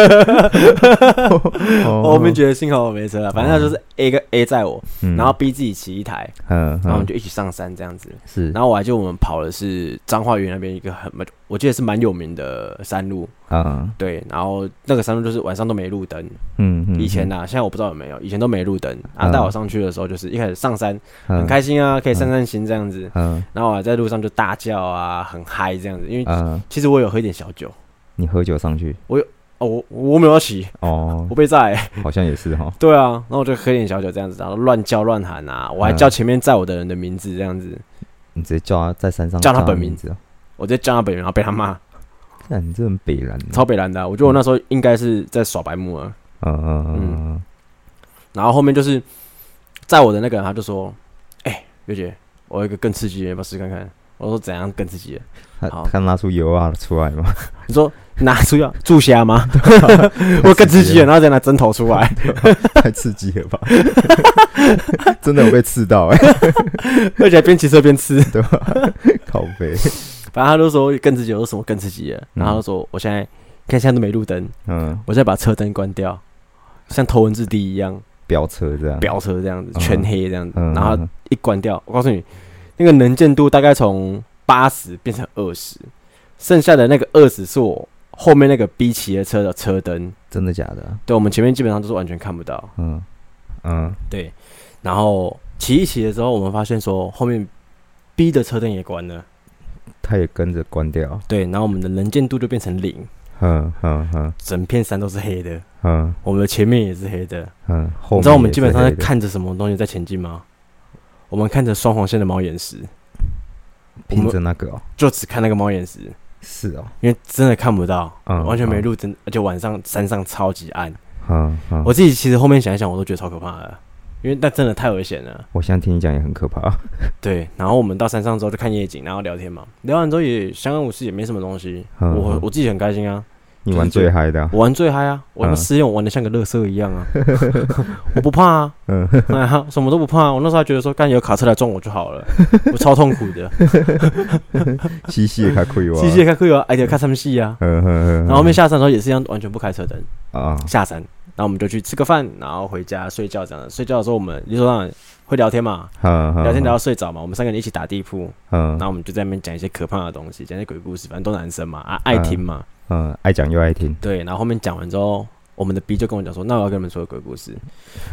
A: 哦
B: 哦我们觉得幸好我没车啊。反正他就是 A 跟 A 载我，
A: 嗯
B: 然后 B 自己骑一台，
A: 嗯，
B: 然后我们
A: 嗯
B: 就一起上山这样子。
A: 是
B: 然后我还记得我们跑的是彰化园那边一个很，我记得是蛮有名的山路，
A: 啊，
B: 对。然后那个山路就是晚上都没路灯，
A: 嗯嗯，
B: 以前
A: 的
B: 呐、现在我不知道有没有，以前都没路灯。然后
A: 嗯
B: 带我上去的时候，就是一开始上山很
A: 很，
B: 开心啊，可以散散心这样子。
A: 嗯
B: 然后我还在路上就大叫啊，很嗨这样子，因为
A: 嗯，
B: 其实我有喝一点小酒。
A: 你喝酒上去
B: 哦，我我没有要骑，
A: 哦
B: 我，被载、
A: 好像也是哦哈，
B: 对啊，然后我就喝点小酒这样子，然后乱叫乱喊啊，我还叫前面载我的人的名字这样子，
A: 你直接叫他在山上
B: 叫他本
A: 名
B: 名
A: 字啊，
B: 我直接叫他本名，然后被他骂，
A: 看你这很北蓝，
B: 超北蓝的啊、我觉得我那时候应该是在耍白目啊。
A: 嗯嗯嗯嗯，
B: 然后后面就是载我的那个人，他就说：“哎、月姐，我有一个更刺激的，要不要试看看？”我说：“怎样更刺激的？”
A: 他
B: 好
A: 他拿出油啊出来 嘛，
B: 你说拿出要注虾 吗？我更刺激了，然后再拿针头出来，
A: 太刺激了吧， 真的有被刺到哎，
B: 而且还边骑车边吃。
A: 对吧？靠背，
B: 反正他就说更刺激，我说什么更刺激的？然后他就说：“我现在看现在都没路灯，
A: 嗯，
B: 我再把车灯关掉，像头文字 D 一样。”
A: 飙车这样，
B: 飙车这样子，
A: 嗯
B: 全黑这样子，
A: 嗯，
B: 然后
A: 嗯
B: 一关掉，我告诉你，那个能见度大概从八十变成二十，剩下的那个二十是我后面那个 B 骑的车的车灯，
A: 真的假的？
B: 对我们前面基本上都是完全看不到，
A: 嗯嗯，
B: 对，然后骑一骑的时候，我们发现说后面 B 的车灯也关了，
A: 他也跟着关掉，
B: 对，然后我们的能见度就变成零，
A: 嗯嗯嗯
B: 整片山都是黑的，
A: 嗯
B: 我们的前面也是黑的，
A: 嗯，后
B: 你知道我们
A: 面也
B: 基本
A: 是
B: 上在
A: 黑的，
B: 看着什么东西在前进吗？我们看着双黄线的猫眼石。我
A: 凭
B: 们
A: 着那个哦，
B: 就只看那个猫眼石，
A: 是哦，
B: 因为真的看不到，
A: 嗯
B: 完全没路灯，而且晚上山上超级暗。
A: 嗯嗯，
B: 我
A: 我
B: 自己其实后面想一想，我都觉得超可怕的，因为那真的太危险了。
A: 我现在听你讲也很可怕，
B: 对，然后我们到山上之后就看夜景，然后聊天嘛，聊完之后也相安无事，也没什么东西。
A: 嗯
B: 我
A: 嗯
B: 我自己很开心啊，
A: 你玩最嗨的啊，
B: 我玩最嗨啊，我那
A: 嗯
B: 失恋我玩的像个乐色一 样啊，我不怕啊，
A: 嗯
B: 哎呀，什么都不怕啊、我那时候还觉得说，干有卡车来撞我就好了，我超痛苦的。
A: 嘻嘻也开亏我，
B: 机械，开会啊，哎呀，看他们戏啊。
A: 嗯嗯嗯，
B: 然后后面下山的时候也是一样，完全不开车灯。
A: 啊，
B: 下山，然后我们就去吃个饭，然后回家睡觉这样子。睡觉的时候，我们理所当然会聊天嘛，
A: 嗯嗯，
B: 聊天聊
A: 嗯
B: 到睡着嘛。我们三个人一起打地铺，然
A: 嗯
B: 后我们就在那边讲一些可怕的东西，讲一些鬼故事，反正都男生嘛，啊爱听嘛，
A: 嗯，爱讲又爱听，
B: 对。然后后面讲完之后，我们的 B 就跟我讲说，那我要跟你们说个鬼故事，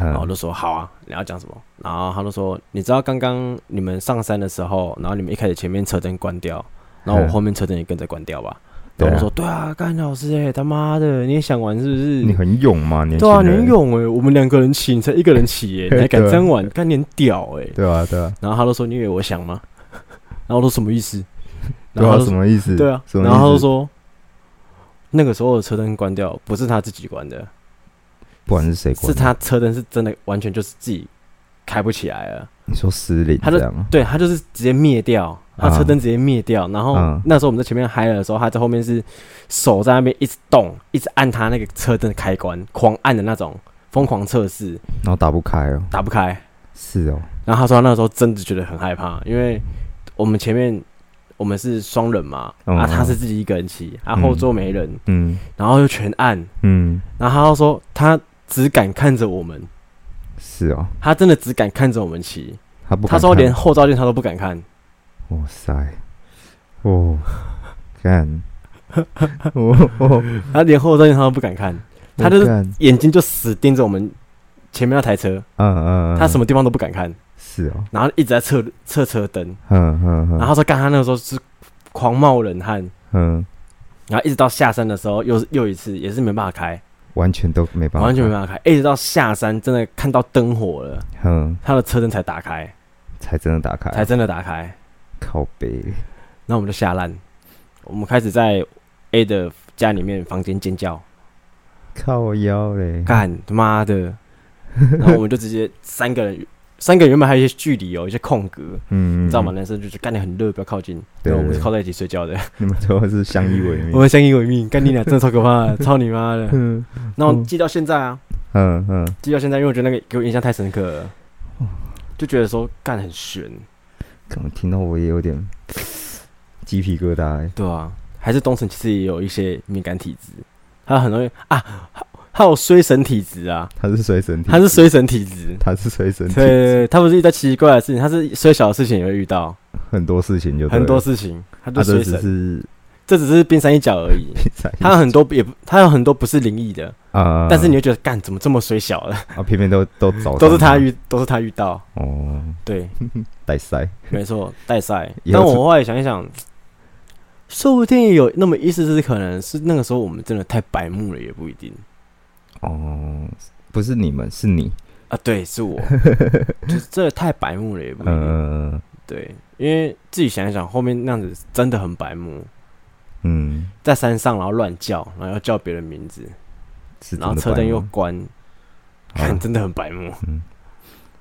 B: 然后我
A: 嗯
B: 就说好啊，你要讲什么？然后他就说，你知道刚刚你们上山的时候，然后你们一开始前面车灯关掉，然后我
A: 嗯
B: 后面车灯也跟着关掉吧。
A: 对
B: 然
A: 啊
B: 后我说：“对啊，干老师哎、他妈的，你也想玩是不是？
A: 你很勇嘛，年
B: 对啊，
A: 轻
B: 你很
A: 人，，
B: 勇哎、我们两个人骑，你才一个人骑耶、 你还敢这样玩，干你很屌哎、
A: 对啊对啊，
B: 然后他都说你以为我想吗？然后我说什么意思？
A: 对
B: 然后
A: 啊，
B: 他
A: 什
B: 说
A: 么意思？
B: 对啊，
A: 什么
B: 然后他
A: 意
B: 就
A: 思
B: 说那个时候的车灯关掉，不是他自己关的，
A: 不管是谁关
B: 是
A: 的，
B: 他车灯是真的完全就是自己开不起来了。
A: 你说失灵
B: 他就
A: 这样，
B: 对他就是直接灭掉，他
A: 啊
B: 车灯直接灭掉。然后
A: 嗯
B: 那时候我们在前面嗨了的时候，他在后面是手在那边一直动，一直按他那个车灯的开关，狂按的那种，疯狂测试，
A: 然后打不开哦，
B: 打不开。
A: 是哦，
B: 然后他说他那时候真的觉得很害怕，因为我们前面我们是双人嘛，
A: 嗯
B: 啊他是自己一个人骑，啊后座没人，
A: 嗯
B: 然后又全暗，
A: 嗯，
B: 然后他就说他只敢看着我们，
A: 是哦，
B: 他真的只敢看着我们骑，
A: 他不，
B: 他说连，后照镜他都不敢看，
A: 哇塞，哦， 干，哦哦，
B: 他连后照镜他都不敢看，他就是
A: 我干
B: 眼睛就死盯着我们前面那台车，
A: 嗯嗯，嗯
B: 他什么地方都不敢看，
A: 是哦，
B: 然后一直在测测车灯，
A: 嗯嗯嗯，
B: 然后他说干他那个时候是狂冒冷汗，
A: 嗯，
B: 然后一直到下山的时候又又一次也是没办法开。
A: 完全都没办法，
B: 完全没办法开，一直到下山真的看到灯火了，
A: 嗯，
B: 他的车灯才打开，
A: 才真的打开，
B: 才真的打开，
A: 靠背，
B: 然后我们就下烂，我们开始在 A 的家里面房间尖叫，
A: 靠腰嘞，
B: 干他 妈的！然后我们就直接三个人，三个人原本还有一些距离哦，一些空格，
A: 嗯，
B: 你知道吗？
A: 嗯？
B: 男生就是干你很热，不要靠近。
A: 对
B: 然后我们
A: 对
B: 是靠在一起睡觉的，
A: 嗯你们都是相依为
B: 我
A: 命。
B: 们相依为命，干你俩真的超 可怕的，操你妈的！
A: 嗯
B: 然后记到现在啊，
A: 嗯嗯，
B: 记到现在，因为我觉得那个给我印象太深刻了，就觉得说干很悬，
A: 怎么听到我也有点鸡皮疙瘩欸？
B: 对啊，还是东城其实也有一些敏感体质，他很容易啊，他有衰神体质啊，
A: 他是随身体，
B: 他是衰神体质。
A: 他是随身体，
B: 对，他不是遇到奇怪的事情，他是衰小的事情也会遇到
A: 很多事情就对
B: 很多
A: 了，
B: 事情，他就
A: 他这
B: 衰
A: 只
B: 神，
A: 是
B: 这只是冰山一角 而已。他有很多也不，他有很多不是灵异的，
A: 啊，
B: 但是你会觉得干怎么这么衰小了，
A: 啊，偏偏都都找
B: 都是
A: 上
B: 他遇，都是他遇到，
A: 哦，
B: 对，
A: 带塞，
B: 没错，带赛。
A: 也有
B: 但我
A: 这
B: 后来想一想，说不定有那么一丝丝可能是那个时候我们真的太白目了，也不一定
A: 哦，不是你们，是你，
B: 啊。对，是我，就是真的太白目了，也不一定。
A: 呃，
B: 对，因为自己想一想，后面那样子真的很白目，
A: 嗯，
B: 在山上然后乱叫，然后要叫别人名字，
A: 是
B: 然后
A: 真的
B: 车
A: 白
B: 灯又
A: 目哦
B: 关，
A: 好
B: 看真的很白目。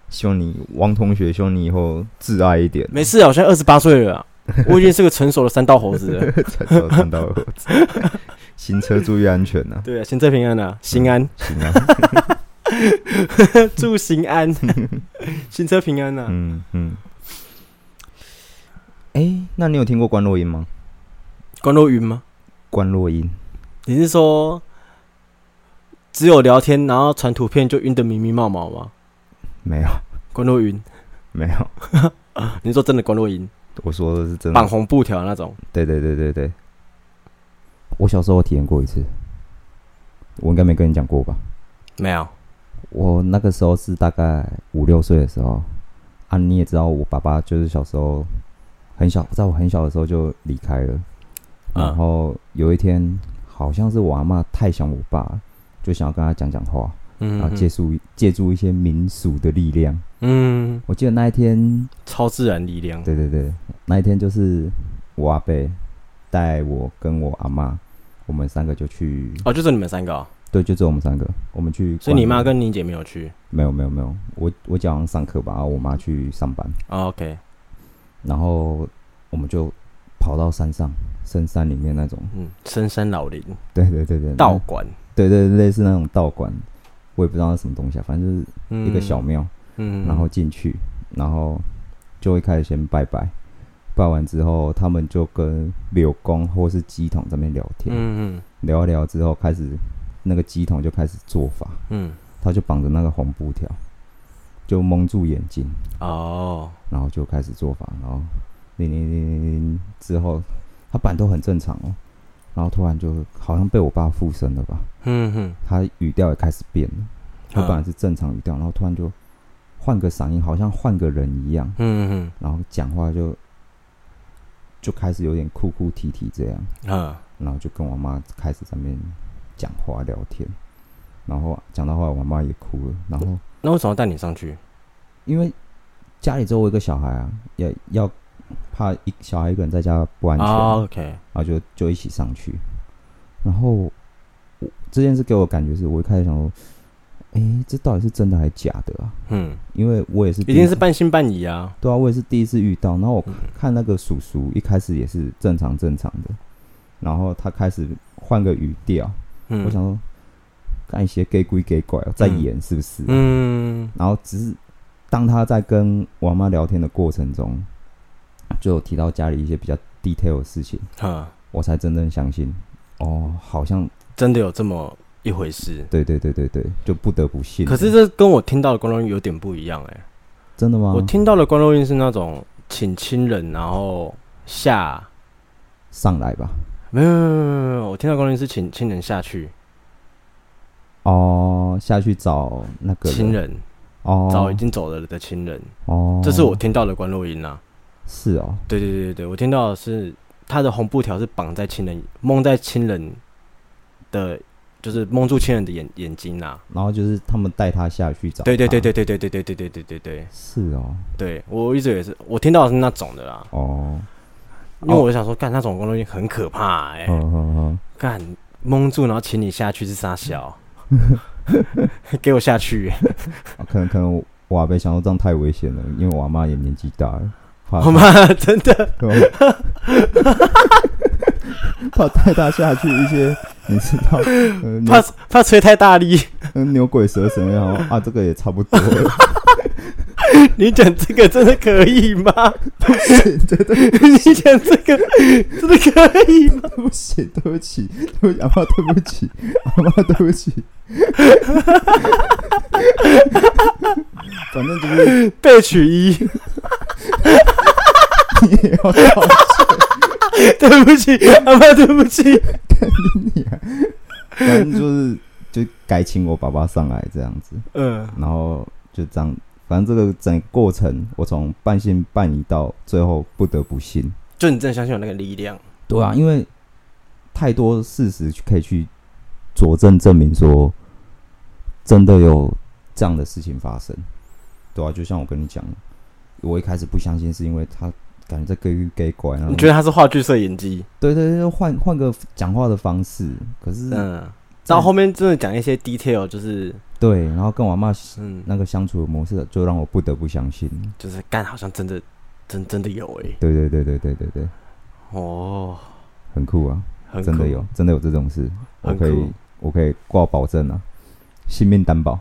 A: 希望你王同学，希望你以后自爱一点，
B: 没事啊，我现在二十八岁了啊、 我已经是个成熟的三道猴子了。
A: 才知道看到我 行车注意安全呐、
B: 对啊，行车平安啊，心安，
A: 行啊，
B: 祝心安， 行车平安啊。
A: 嗯嗯。哎、那你有听过关洛音吗？
B: 关若云吗？
A: 关洛音，
B: 你是说只有聊天，然后传图片就晕得迷迷冒冒吗？
A: 没有
B: 关若云，
A: 没有，
B: 你是说真的关若云，
A: 我说的是真
B: 绑
A: 的。
B: 红布条那种，
A: 对对对对对，我小时候体验过一次，我应该没跟你讲过吧？
B: 没有，
A: 我那个时候是大概五六岁的时候，啊，你也知道，我爸爸就是小时候很小，在我很小的时候就离开了。
B: 嗯
A: 然后有一天，好像是我阿妈太想我爸了，就想要跟他讲讲话，
B: 嗯
A: 然后借助借助一些民俗的力量。
B: 嗯，
A: 我记得那一天，
B: 超自然力量，
A: 对对对，那一天就是我阿伯带我跟我阿妈，我们三个就去，
B: 哦，就是你们三个、哦，
A: 对，就只有我们三个，我们去。
B: 所以你妈跟你姐没有去、
A: 没有没有没有，我我早上上课吧，然后我妈去上班，
B: 哦、，OK，
A: 然后我们就跑到山上，深山里面那种，
B: 嗯，深山老林
A: 对对对对，
B: 道
A: 那，
B: 馆，
A: 对对对，类似那种道馆，我也不知道是什么东西啊，反正就是
B: 嗯
A: 一个小，庙，
B: 嗯
A: 然后进去，然后就会开始先拜拜，拜完之后，他们就跟柳公或是鸡桶在那边聊天，
B: 嗯嗯
A: 聊一聊之后，开始那个鸡桶就开始做法，
B: 嗯，
A: 他就绑着那个红布条，就蒙住眼睛。
B: 哦，
A: 然后就开始做法，然后铃铃铃铃铃之后，他板都很正常哦，然后突然就好像被我爸附身了吧，
B: 嗯哼，
A: 他语调也开始变了，他本来
B: 嗯
A: 是正常语调，然后突然就换个嗓音，好像换个人一样，
B: 嗯
A: 然后讲话就就开始有点哭哭啼啼这样，
B: 嗯嗯，
A: 然后就跟我妈开始在那边讲话聊天，然后讲到后来我妈也哭了，然后
B: 那为什么要带你上去？
A: 因为家里只有我一个小孩啊，要要怕一小孩一个人在家不安全，
B: 哦，OK，
A: 然后就就一起上去。然后我这件事给我感觉是，我一开始想说，诶，这到底是真的还是假的啊？
B: 嗯，
A: 因为我也是第
B: 一
A: 一
B: 定
A: 次
B: 是半信半疑啊，嗯
A: 对啊，我也是第一次遇到。然后我看那个叔叔一开始也是正常正常的，然后他开始换个语调，
B: 嗯，
A: 我想说，干一些给鬼给怪哦，在
B: 嗯
A: 演是不是啊、
B: 嗯，
A: 然后只是当他在跟我妈聊天的过程中，就有提到家里一些比较 detail 的事情，
B: 哈，
A: 我才真正相信。哦，好像
B: 真的有这么一回事。
A: 对对对对对，就不得不信。
B: 可是这跟我听到的关洛音有点不一样哎、
A: 真的吗？
B: 我听到的关洛音是那种请亲人，然后下，
A: 上来吧。
B: 没有没有没有没有，我听到关洛音是请亲人下去，
A: 哦，下去找那个
B: 亲人
A: 哦，
B: 找已经走了的亲人，
A: 哦，
B: 这是我听到的关洛音啊。
A: 是哦，
B: 对对对对对，我听到的是他的红布条是绑在亲人蒙在亲人的，就是蒙住亲人的眼眼睛呐、啊。
A: 然后就是他们带他下去找。
B: 对对对对，对对对对对对对对对，
A: 是哦，
B: 对我一直也是我听到的是那种的啦。
A: 哦，
B: 因为我想说，干那种东西很可怕哎、
A: 嗯嗯嗯，
B: 干蒙住，然后请你下去是傻小，给我下去、欸，
A: 啊可能可能我阿伯想说这样太危险了，因为我阿妈也年纪大了，怕
B: 好吗？真的，
A: 怕怕带她下去一些，你知道，呃、
B: 怕怕吹太大力。
A: 牛牛鬼蛇神然后啊，这个也差不多了，
B: 你讲这个真的可以吗？
A: 对对
B: 你讲这个真的可以吗？
A: 不起，对不起，对不起，阿妈，对不起，阿妈，对不起。 反正就是
B: 对取一，
A: 你也要道
B: 对不起，阿妈，对不起。
A: 歉，反正就是就该请我爸爸上来这样子，
B: 嗯，
A: 然后就这样，反正这个整个过程，我从半信半疑到最后不得不信。
B: 就你真的相信有那个力量，
A: 对啊，因为太多事实可以去佐证证明说，真的有这样的事情发生，对啊，就像我跟你讲，我一开始不相信是因为他感觉在给予给拐那
B: 嗯你
A: 种，
B: 觉得他是话剧社演技？
A: 对对对，换换个讲话的方式，可是、
B: 嗯，到后面真的讲一些 detail，就是
A: 对，然后跟我妈
B: 嗯，
A: 那个相处的模式，就让我不得不相信。
B: 就是干好像真的真真的有哎、
A: 对对对对对对对，
B: 哦，
A: 很酷啊，
B: 很
A: 真的
B: 酷
A: 有，真的有这种事，我
B: 很
A: 可以
B: 酷
A: 我可以挂保证啊，性命担 保，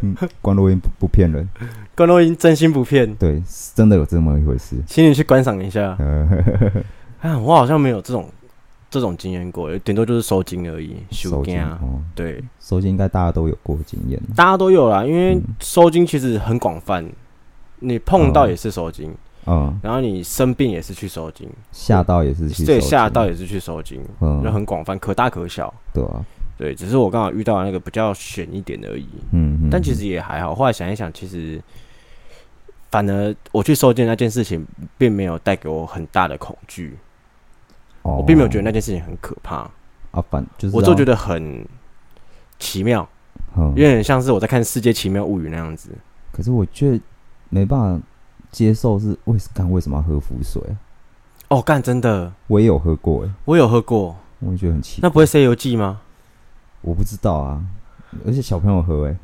A: 嗯，关录音不不骗人。
B: 关洛英真心不骗，
A: 对，是真的有这么一回事。
B: 请你去观赏 一下。
A: 呃，
B: 啊，我好像没有这种这种经验过，顶多就是收金而已，收
A: 收
B: 金
A: 金
B: 啊。
A: 哦，
B: 对，
A: 收金应该大家都有过经验。
B: 大家都有啦，因为
A: 嗯
B: 收金其实很广泛，你碰到
A: 嗯
B: 也是收金，
A: 嗯，
B: 然后你生病也是去收金，
A: 吓到也是去
B: 对，
A: 收
B: 吓
A: 金
B: 到，也是去收金，就
A: 嗯，
B: 很广泛，可大可小。
A: 对啊，
B: 对，只是我刚好遇到的那个比较悬一点而已，
A: 嗯，嗯
B: 但其
A: 嗯
B: 实也还好。后来想一想，其实反而我去收件那件事情，并没有带给我很大的恐惧，
A: 哦
B: 我并没有觉得那件事情很可怕，
A: 啊，反就是
B: 我就觉
A: 得，
B: 得很奇妙，
A: 嗯
B: 有，点像是我在看《世界奇妙物语》那样子。
A: 可是我却没办法接受是为干为什么要喝浮水啊？
B: 哦，干，真的，
A: 我也有喝过哎，
B: 我有喝过，
A: 我觉得很奇怪，
B: 那不会《西游记》吗？
A: 我不知道啊，而且小朋友喝哎，
B: 应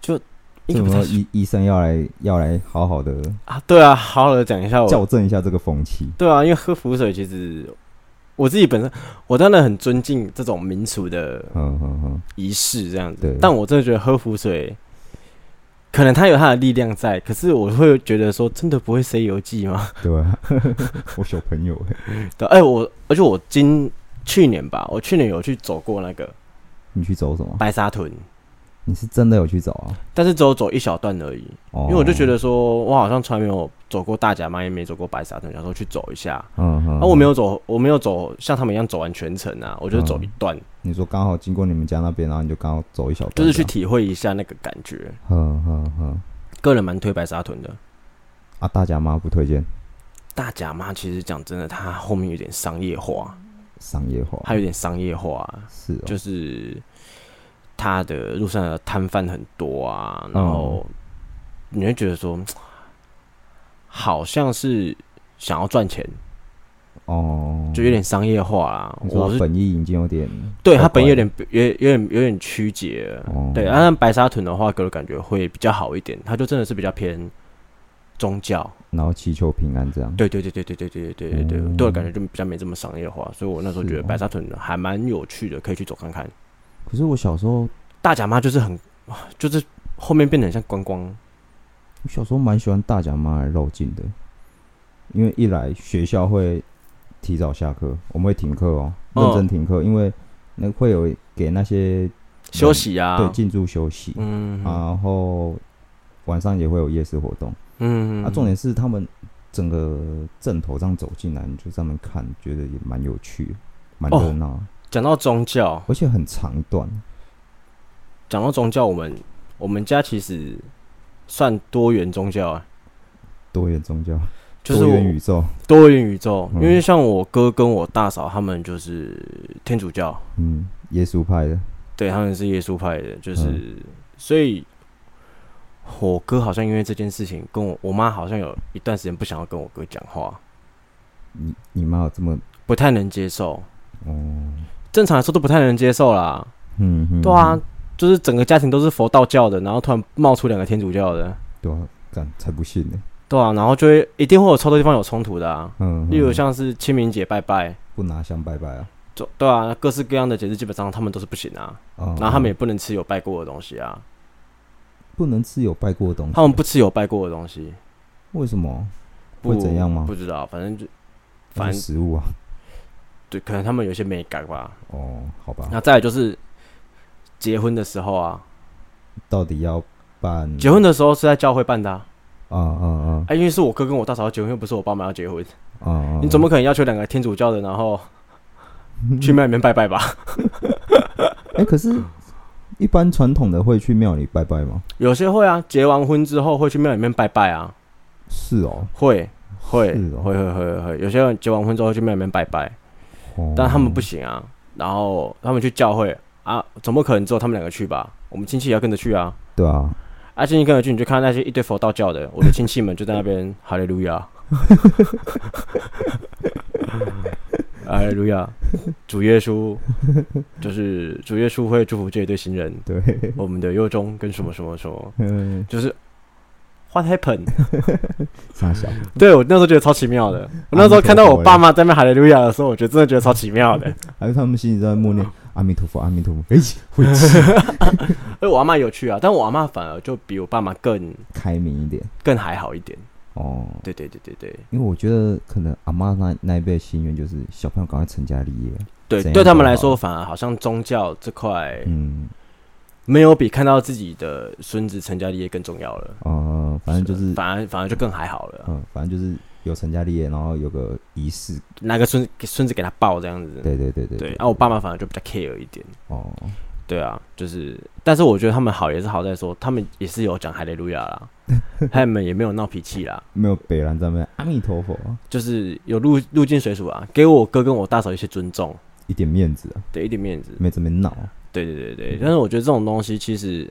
A: 这
B: 该
A: 有
B: 不
A: 没有
B: 太
A: 医医生要来要来好好的
B: 啊，对啊，好好的讲一下我
A: 校正一下这个风气？
B: 对啊，因为喝浮水其实我自己本身，我当然很尊敬这种民俗的
A: 嗯嗯嗯，
B: 仪式这样子，
A: 对，
B: 但我真的觉得喝浮水，可能它有它的力量在，可是我会觉得说，真的不会 C 游记吗？
A: 对啊， 我小朋友哎，
B: 对，哎、我而且我今去年吧，我去年有去走过那个
A: 你去走什么？
B: 白沙屯，
A: 你是真的有去找啊？
B: 但是只有走一小段而已，
A: 哦
B: 因为我就觉得说我好像从来没有走过大甲妈，也没走过白沙屯，想说去走一下。
A: 嗯嗯，
B: 啊，我没有走，我没有走像他们一样走完全程啊，我就是走一段，
A: 你说刚好经过你们家那边，然后你就刚好走一小段这
B: 就
A: 样，
B: 是去体会一下那个感觉。
A: 嗯嗯嗯，
B: 个人蛮推白沙屯的。
A: 啊，大甲妈不推荐
B: 大甲妈其实讲真的，它后面有点商业化，
A: 商业化，
B: 它有点商业化，
A: 是哦，
B: 啊就是它的路上的摊贩很多啊，然后你会觉得说，好像是想要赚钱，
A: 哦，
B: 就有点商业化啦。
A: 你说
B: 我
A: 它
B: 是
A: 本意已经有点
B: 对
A: 怪
B: 它本意有
A: 怪的
B: 点有有点有点曲解了，
A: 哦，
B: 对，啊但白沙屯的话给我感觉会比较好一点，它就真的是比较偏宗教。
A: 然后祈求平安这样，
B: 对对对对对对对对对对，
A: 嗯
B: 对我感觉就比较没这么商业化，所以我那时候
A: 是
B: 觉得
A: 哦
B: 白沙屯还蛮有趣的，可以去走看看。
A: 可是我小时候，
B: 大甲妈就是很，哇就是后面变得很像观光，
A: 我小时候蛮喜欢大甲妈来绕境的，因为一来学校会提早下课，我们会停课哦，
B: 嗯
A: 认真停课，因为那会有给那些
B: 休息啊，
A: 对啊进驻休息，
B: 嗯
A: 然后晚上也会有夜市活动。
B: 嗯
A: 啊，重点是他们整个镇头这样走进来，你就上面看，觉得也蛮有趣，蛮
B: 哦
A: 热闹，
B: 讲到宗教，
A: 而且很长一段。
B: 讲到宗教，我们我们家其实算多元宗教啊，
A: 多元宗教，
B: 就是
A: 多
B: 我
A: 元宇宙，
B: 多元宇宙，因
A: 嗯
B: 为像我哥跟我大嫂他们就是天主教，
A: 嗯，耶稣派的，
B: 对，他们是耶稣派的，就是、
A: 嗯
B: 所以，我哥好像因为这件事情跟我我妈好像有一段时间不想要跟我哥讲话，
A: 你你妈有这么
B: 不太能接受。
A: 哦，
B: 正常来说都不太能接受啦。
A: 嗯，嗯
B: 对啊，，就是整个家庭都是佛道教的，然后突然冒出两个天主教的，
A: 对啊，干才不信呢。
B: 对啊，然后就会一定会有超多地方有冲突的啊。
A: 嗯，
B: 例如
A: 嗯
B: 像是清明节拜拜，
A: 不拿香拜拜啊，
B: 就对啊，各式各样的节日基本上他们都是不行啊，
A: 啊，
B: 然后他们也不能吃有拜过的东西啊，
A: 不能吃有拜过的东西，
B: 他们不吃有拜过的东西，
A: 为什么
B: 不
A: 会怎样吗
B: 不知道，反正就
A: 那
B: 反
A: 是
B: 正
A: 食物啊，
B: 对，可能他们有些美感吧。
A: 哦，好吧，
B: 那再来就是结婚的时候啊，
A: 到底要办
B: 结婚的时候是在教会办的啊，
A: 啊啊啊
B: 哎，因为是我哥跟我大嫂要结婚，又不是我爸妈要结婚，
A: 啊啊！
B: 你怎么可能要求两个天主教的，然后去庙里面拜拜吧？
A: 哎？可是一般传统的会去庙里拜拜吗？
B: 有些会啊，结完婚之后会去庙里面拜拜啊，
A: 是哦，
B: 会会
A: 是哦
B: 会会会会，有些人结完婚之后会去庙里面拜拜，
A: 哦
B: 但他们不行啊，然后他们去教会啊，怎么可能只有他们两个去吧？我们亲戚也要跟着去啊，
A: 对啊，
B: 啊，亲戚跟着去，你就看到那些一堆佛道教的，我的亲戚们就在 那边哈利路亚，哈利路亚，主耶稣，就是主耶稣会祝福这一对新人，
A: 对，
B: 我们的右中跟什么什么什么，
A: 嗯，
B: 就是 What happened？
A: 傻笑，
B: 对我那时候觉得超奇妙的，我那时候看到我爸妈在那边哈利路亚的时候，我觉得真的觉得超奇妙的。
A: 还有他们心里在默念阿弥陀佛，阿弥陀佛，哎，会
B: 而我阿妈有去啊，但我阿妈反而就比我爸妈更
A: 开明一点
B: 更还好一点。
A: 哦。
B: 对对对对对
A: 因为我觉得可能阿妈那那一辈的心愿就是小朋友赶快成家立业，啊怎
B: 对，
A: 样
B: 对他
A: 都
B: 们来
A: 好
B: 说，反而好像宗教这块
A: 嗯，
B: 没有比看到自己的孙子成家立业更重要了。
A: 呃，反正就是，
B: 反而反而就更还好了。
A: 嗯，反正就是有成家立业，然后有个仪式，
B: 拿个孙给孙子给他抱这样子，
A: 对对对对
B: 对。啊，我爸妈反而就比较 care 一点。
A: 哦，
B: 对啊，就是，但是我觉得他们好也是好在说，他们也是有讲海雷路亚 啦，他们也没有闹脾气啦，
A: 没有北兰在那边阿弥陀佛，
B: 就是有入入境水属啊，给我哥跟我大嫂一些尊重，
A: 一点面子啊，
B: 对一点面子，
A: 没这么闹，啊
B: 对对对对。但是我觉得这种东西其实，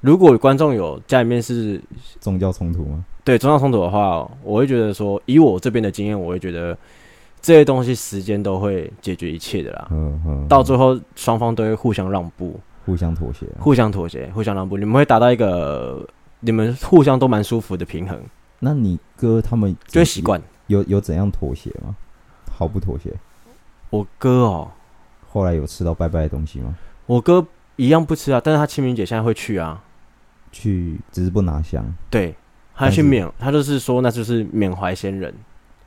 B: 如果观众有家里面是
A: 宗教冲突吗？
B: 对宗教冲突的话，我会觉得说，以我这边的经验，我会觉得这些东西时间都会解决一切的啦。
A: 嗯嗯，
B: 到最后，双方都会互相让步，
A: 互相妥协啊，
B: 互相妥协，互相让步，你们会达到一个你们互相都蛮舒服的平衡，
A: 那你哥他们
B: 就会习惯。
A: 有有怎样妥协吗？毫不妥协，
B: 我哥哦，
A: 后来有吃到拜拜的东西吗？
B: 我哥一样不吃啊，但是他清明节现在会去啊，
A: 去只是不拿香
B: 对，他去缅，他就是说那就是缅怀先人，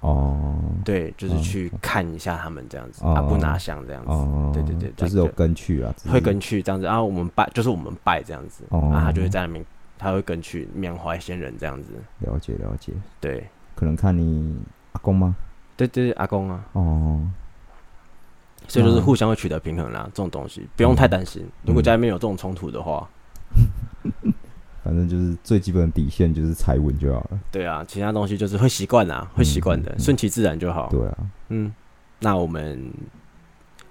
A: 哦
B: 对，就是
A: 嗯
B: 去看一下他们这样子，
A: 哦
B: 啊不拿香这样子，
A: 哦，
B: 对对对
A: 就是有跟去啊，只是
B: 会跟去这样子啊，我们拜就是我们拜这样子，
A: 哦
B: 啊他就会在那边，他会跟去缅怀先人这样子，
A: 了解了解，
B: 对，
A: 可能看你阿公吗？
B: 对对对阿公啊，
A: 哦，
B: 所以就是
A: 嗯
B: 互相会取得平衡啦，这种东西不用太担心，如果家里面有这种冲突的话。
A: 反正就是最基本的底线就是踩稳就好了。
B: 对啊，其他东西就是会习惯啊，会习惯的，
A: 嗯
B: 顺其自然就好。
A: 对啊，
B: 嗯，那我们，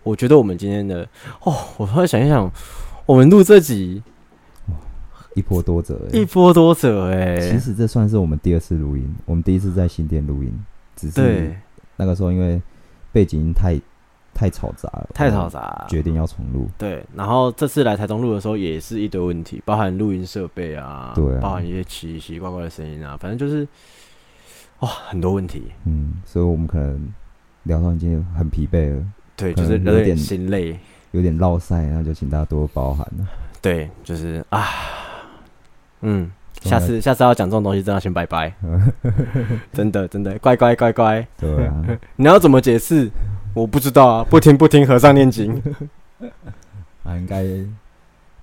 B: 我觉得我们今天的哦，我突然想一想，我们录这集
A: 一波多折欸、
B: 一波多折哎、
A: 其实这算是我们第二次录音，我们第一次在新店录音，只是
B: 对，
A: 那个时候因为背景音太太嘈杂了，
B: 太
A: 我
B: 嘈
A: 们
B: 杂了。
A: 决定要重录。
B: 对，然后这次来台中录的时候也是一堆问题，包含录音设备啊，
A: 对啊
B: 包含一些奇奇怪怪的声音啊，反正就是哇很多问题。
A: 嗯，所以我们可能聊到已经很疲惫了，
B: 对，
A: 可
B: 就
A: 能
B: 是
A: 有
B: 有点
A: 点
B: 心累。
A: 有点落塞，然后就请大家多包涵 了。
B: 对，就是啊，嗯，下次下次要讲这种东西，真的要先拜拜。
A: 嗯
B: 真的真的，乖乖乖乖，
A: 对啊，
B: 你要怎么解释？我不知道啊，不听不听，和尚念 经。
A: 啊，应该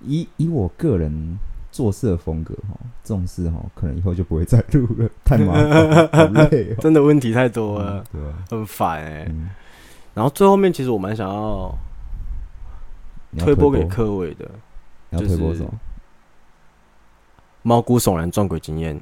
A: 以以我个人做事的风格哈，这种事哈，可能以后就不会再录了，太麻烦了，好累 哦。
B: 真的问题太多了
A: 嗯，对啊，
B: 很烦哎、
A: 嗯，
B: 然后最后面其实我蛮想要
A: 你要
B: 推
A: 推
B: 播给柯伟的《
A: 你要
B: 就
A: 推播
B: 是
A: 什么？
B: 毛骨悚然撞鬼经验》，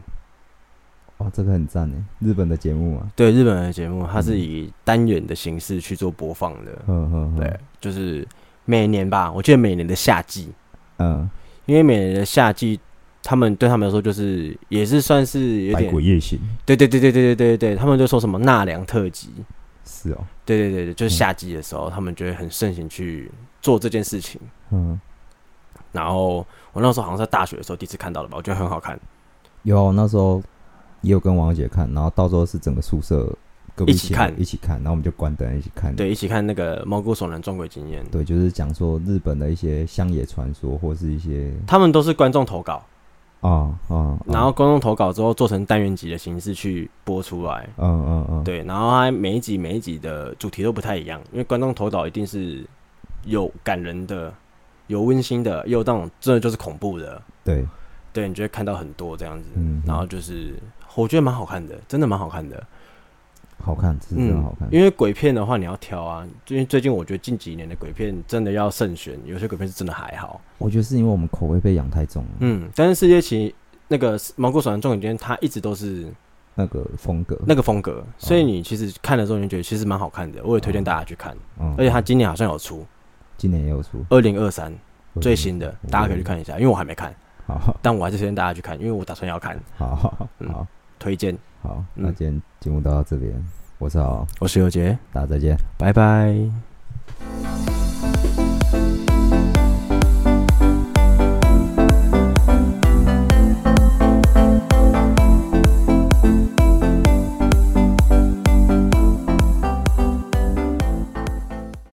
A: 哦，这个很赞呢，日本的节目嘛，
B: 对日本的节目，它是
A: 嗯
B: 以单元的形式去做播放的。
A: 嗯嗯，
B: 对，就是每年吧，我记得每年的夏季，
A: 嗯，
B: 因为每年的夏季，他们对他们来说就是也是算是有
A: 百
B: 点
A: 鬼夜行，
B: 对对对对对对对对，他们就说什么纳凉特辑，
A: 是哦，
B: 对对对对，就是夏季的时候，他们就会很盛行去做这件事情。
A: 嗯，
B: 然后我那时候好像是在大学的时候第一次看到的吧，我觉得很好看，
A: 嗯有啊那时候也有跟王姐看，然后到时候是整个宿舍隔壁
B: 一起
A: 寝的
B: 看
A: 一起看，然后我们就关灯一起看。
B: 对，一起看那个《毛骨悚然撞鬼经验》，
A: 对，就是讲说日本的一些乡野传说，或是一些
B: 他们都是观众投稿，
A: 啊啊，啊
B: 然后观众投稿之后做成单元集的形式去播出来。
A: 嗯嗯嗯，
B: 对，然后它每一集每一集的主题都不太一样，因为观众投稿一定是有感人的，有温馨的，也有那种真的就是恐怖的。
A: 对，
B: 对，你就会看到很多这样子，
A: 嗯，
B: 然后就是我觉得蛮好看的，真的蛮好看的。
A: 好看，是真的好看，
B: 嗯因为鬼片的话你要挑啊，因为最近我觉得近几年的鬼片真的要慎选，有些鬼片是真的还好。
A: 我觉得是因为我们口味被养太重了，
B: 嗯，但是世界奇那个《毛骨悚然重点间》，它一直都是
A: 那个风格，
B: 那个风格，所以你其实看了之后，你就觉得其实蛮好看的，我也推荐大家去看。
A: 嗯，
B: 而且它今年好像有出
A: 今年也有出
B: 二零二三最新的，大家可以去
A: 看。
B: 看一下，因为我还没看，
A: 好好
B: 但我还是推荐大家去看，因为我打算要看，
A: 好好
B: 嗯
A: 好
B: 推荐。
A: 好，
B: 嗯
A: 那今天节目到这边，我是好，
B: 我是尤杰，
A: 大家再见。
B: 拜拜。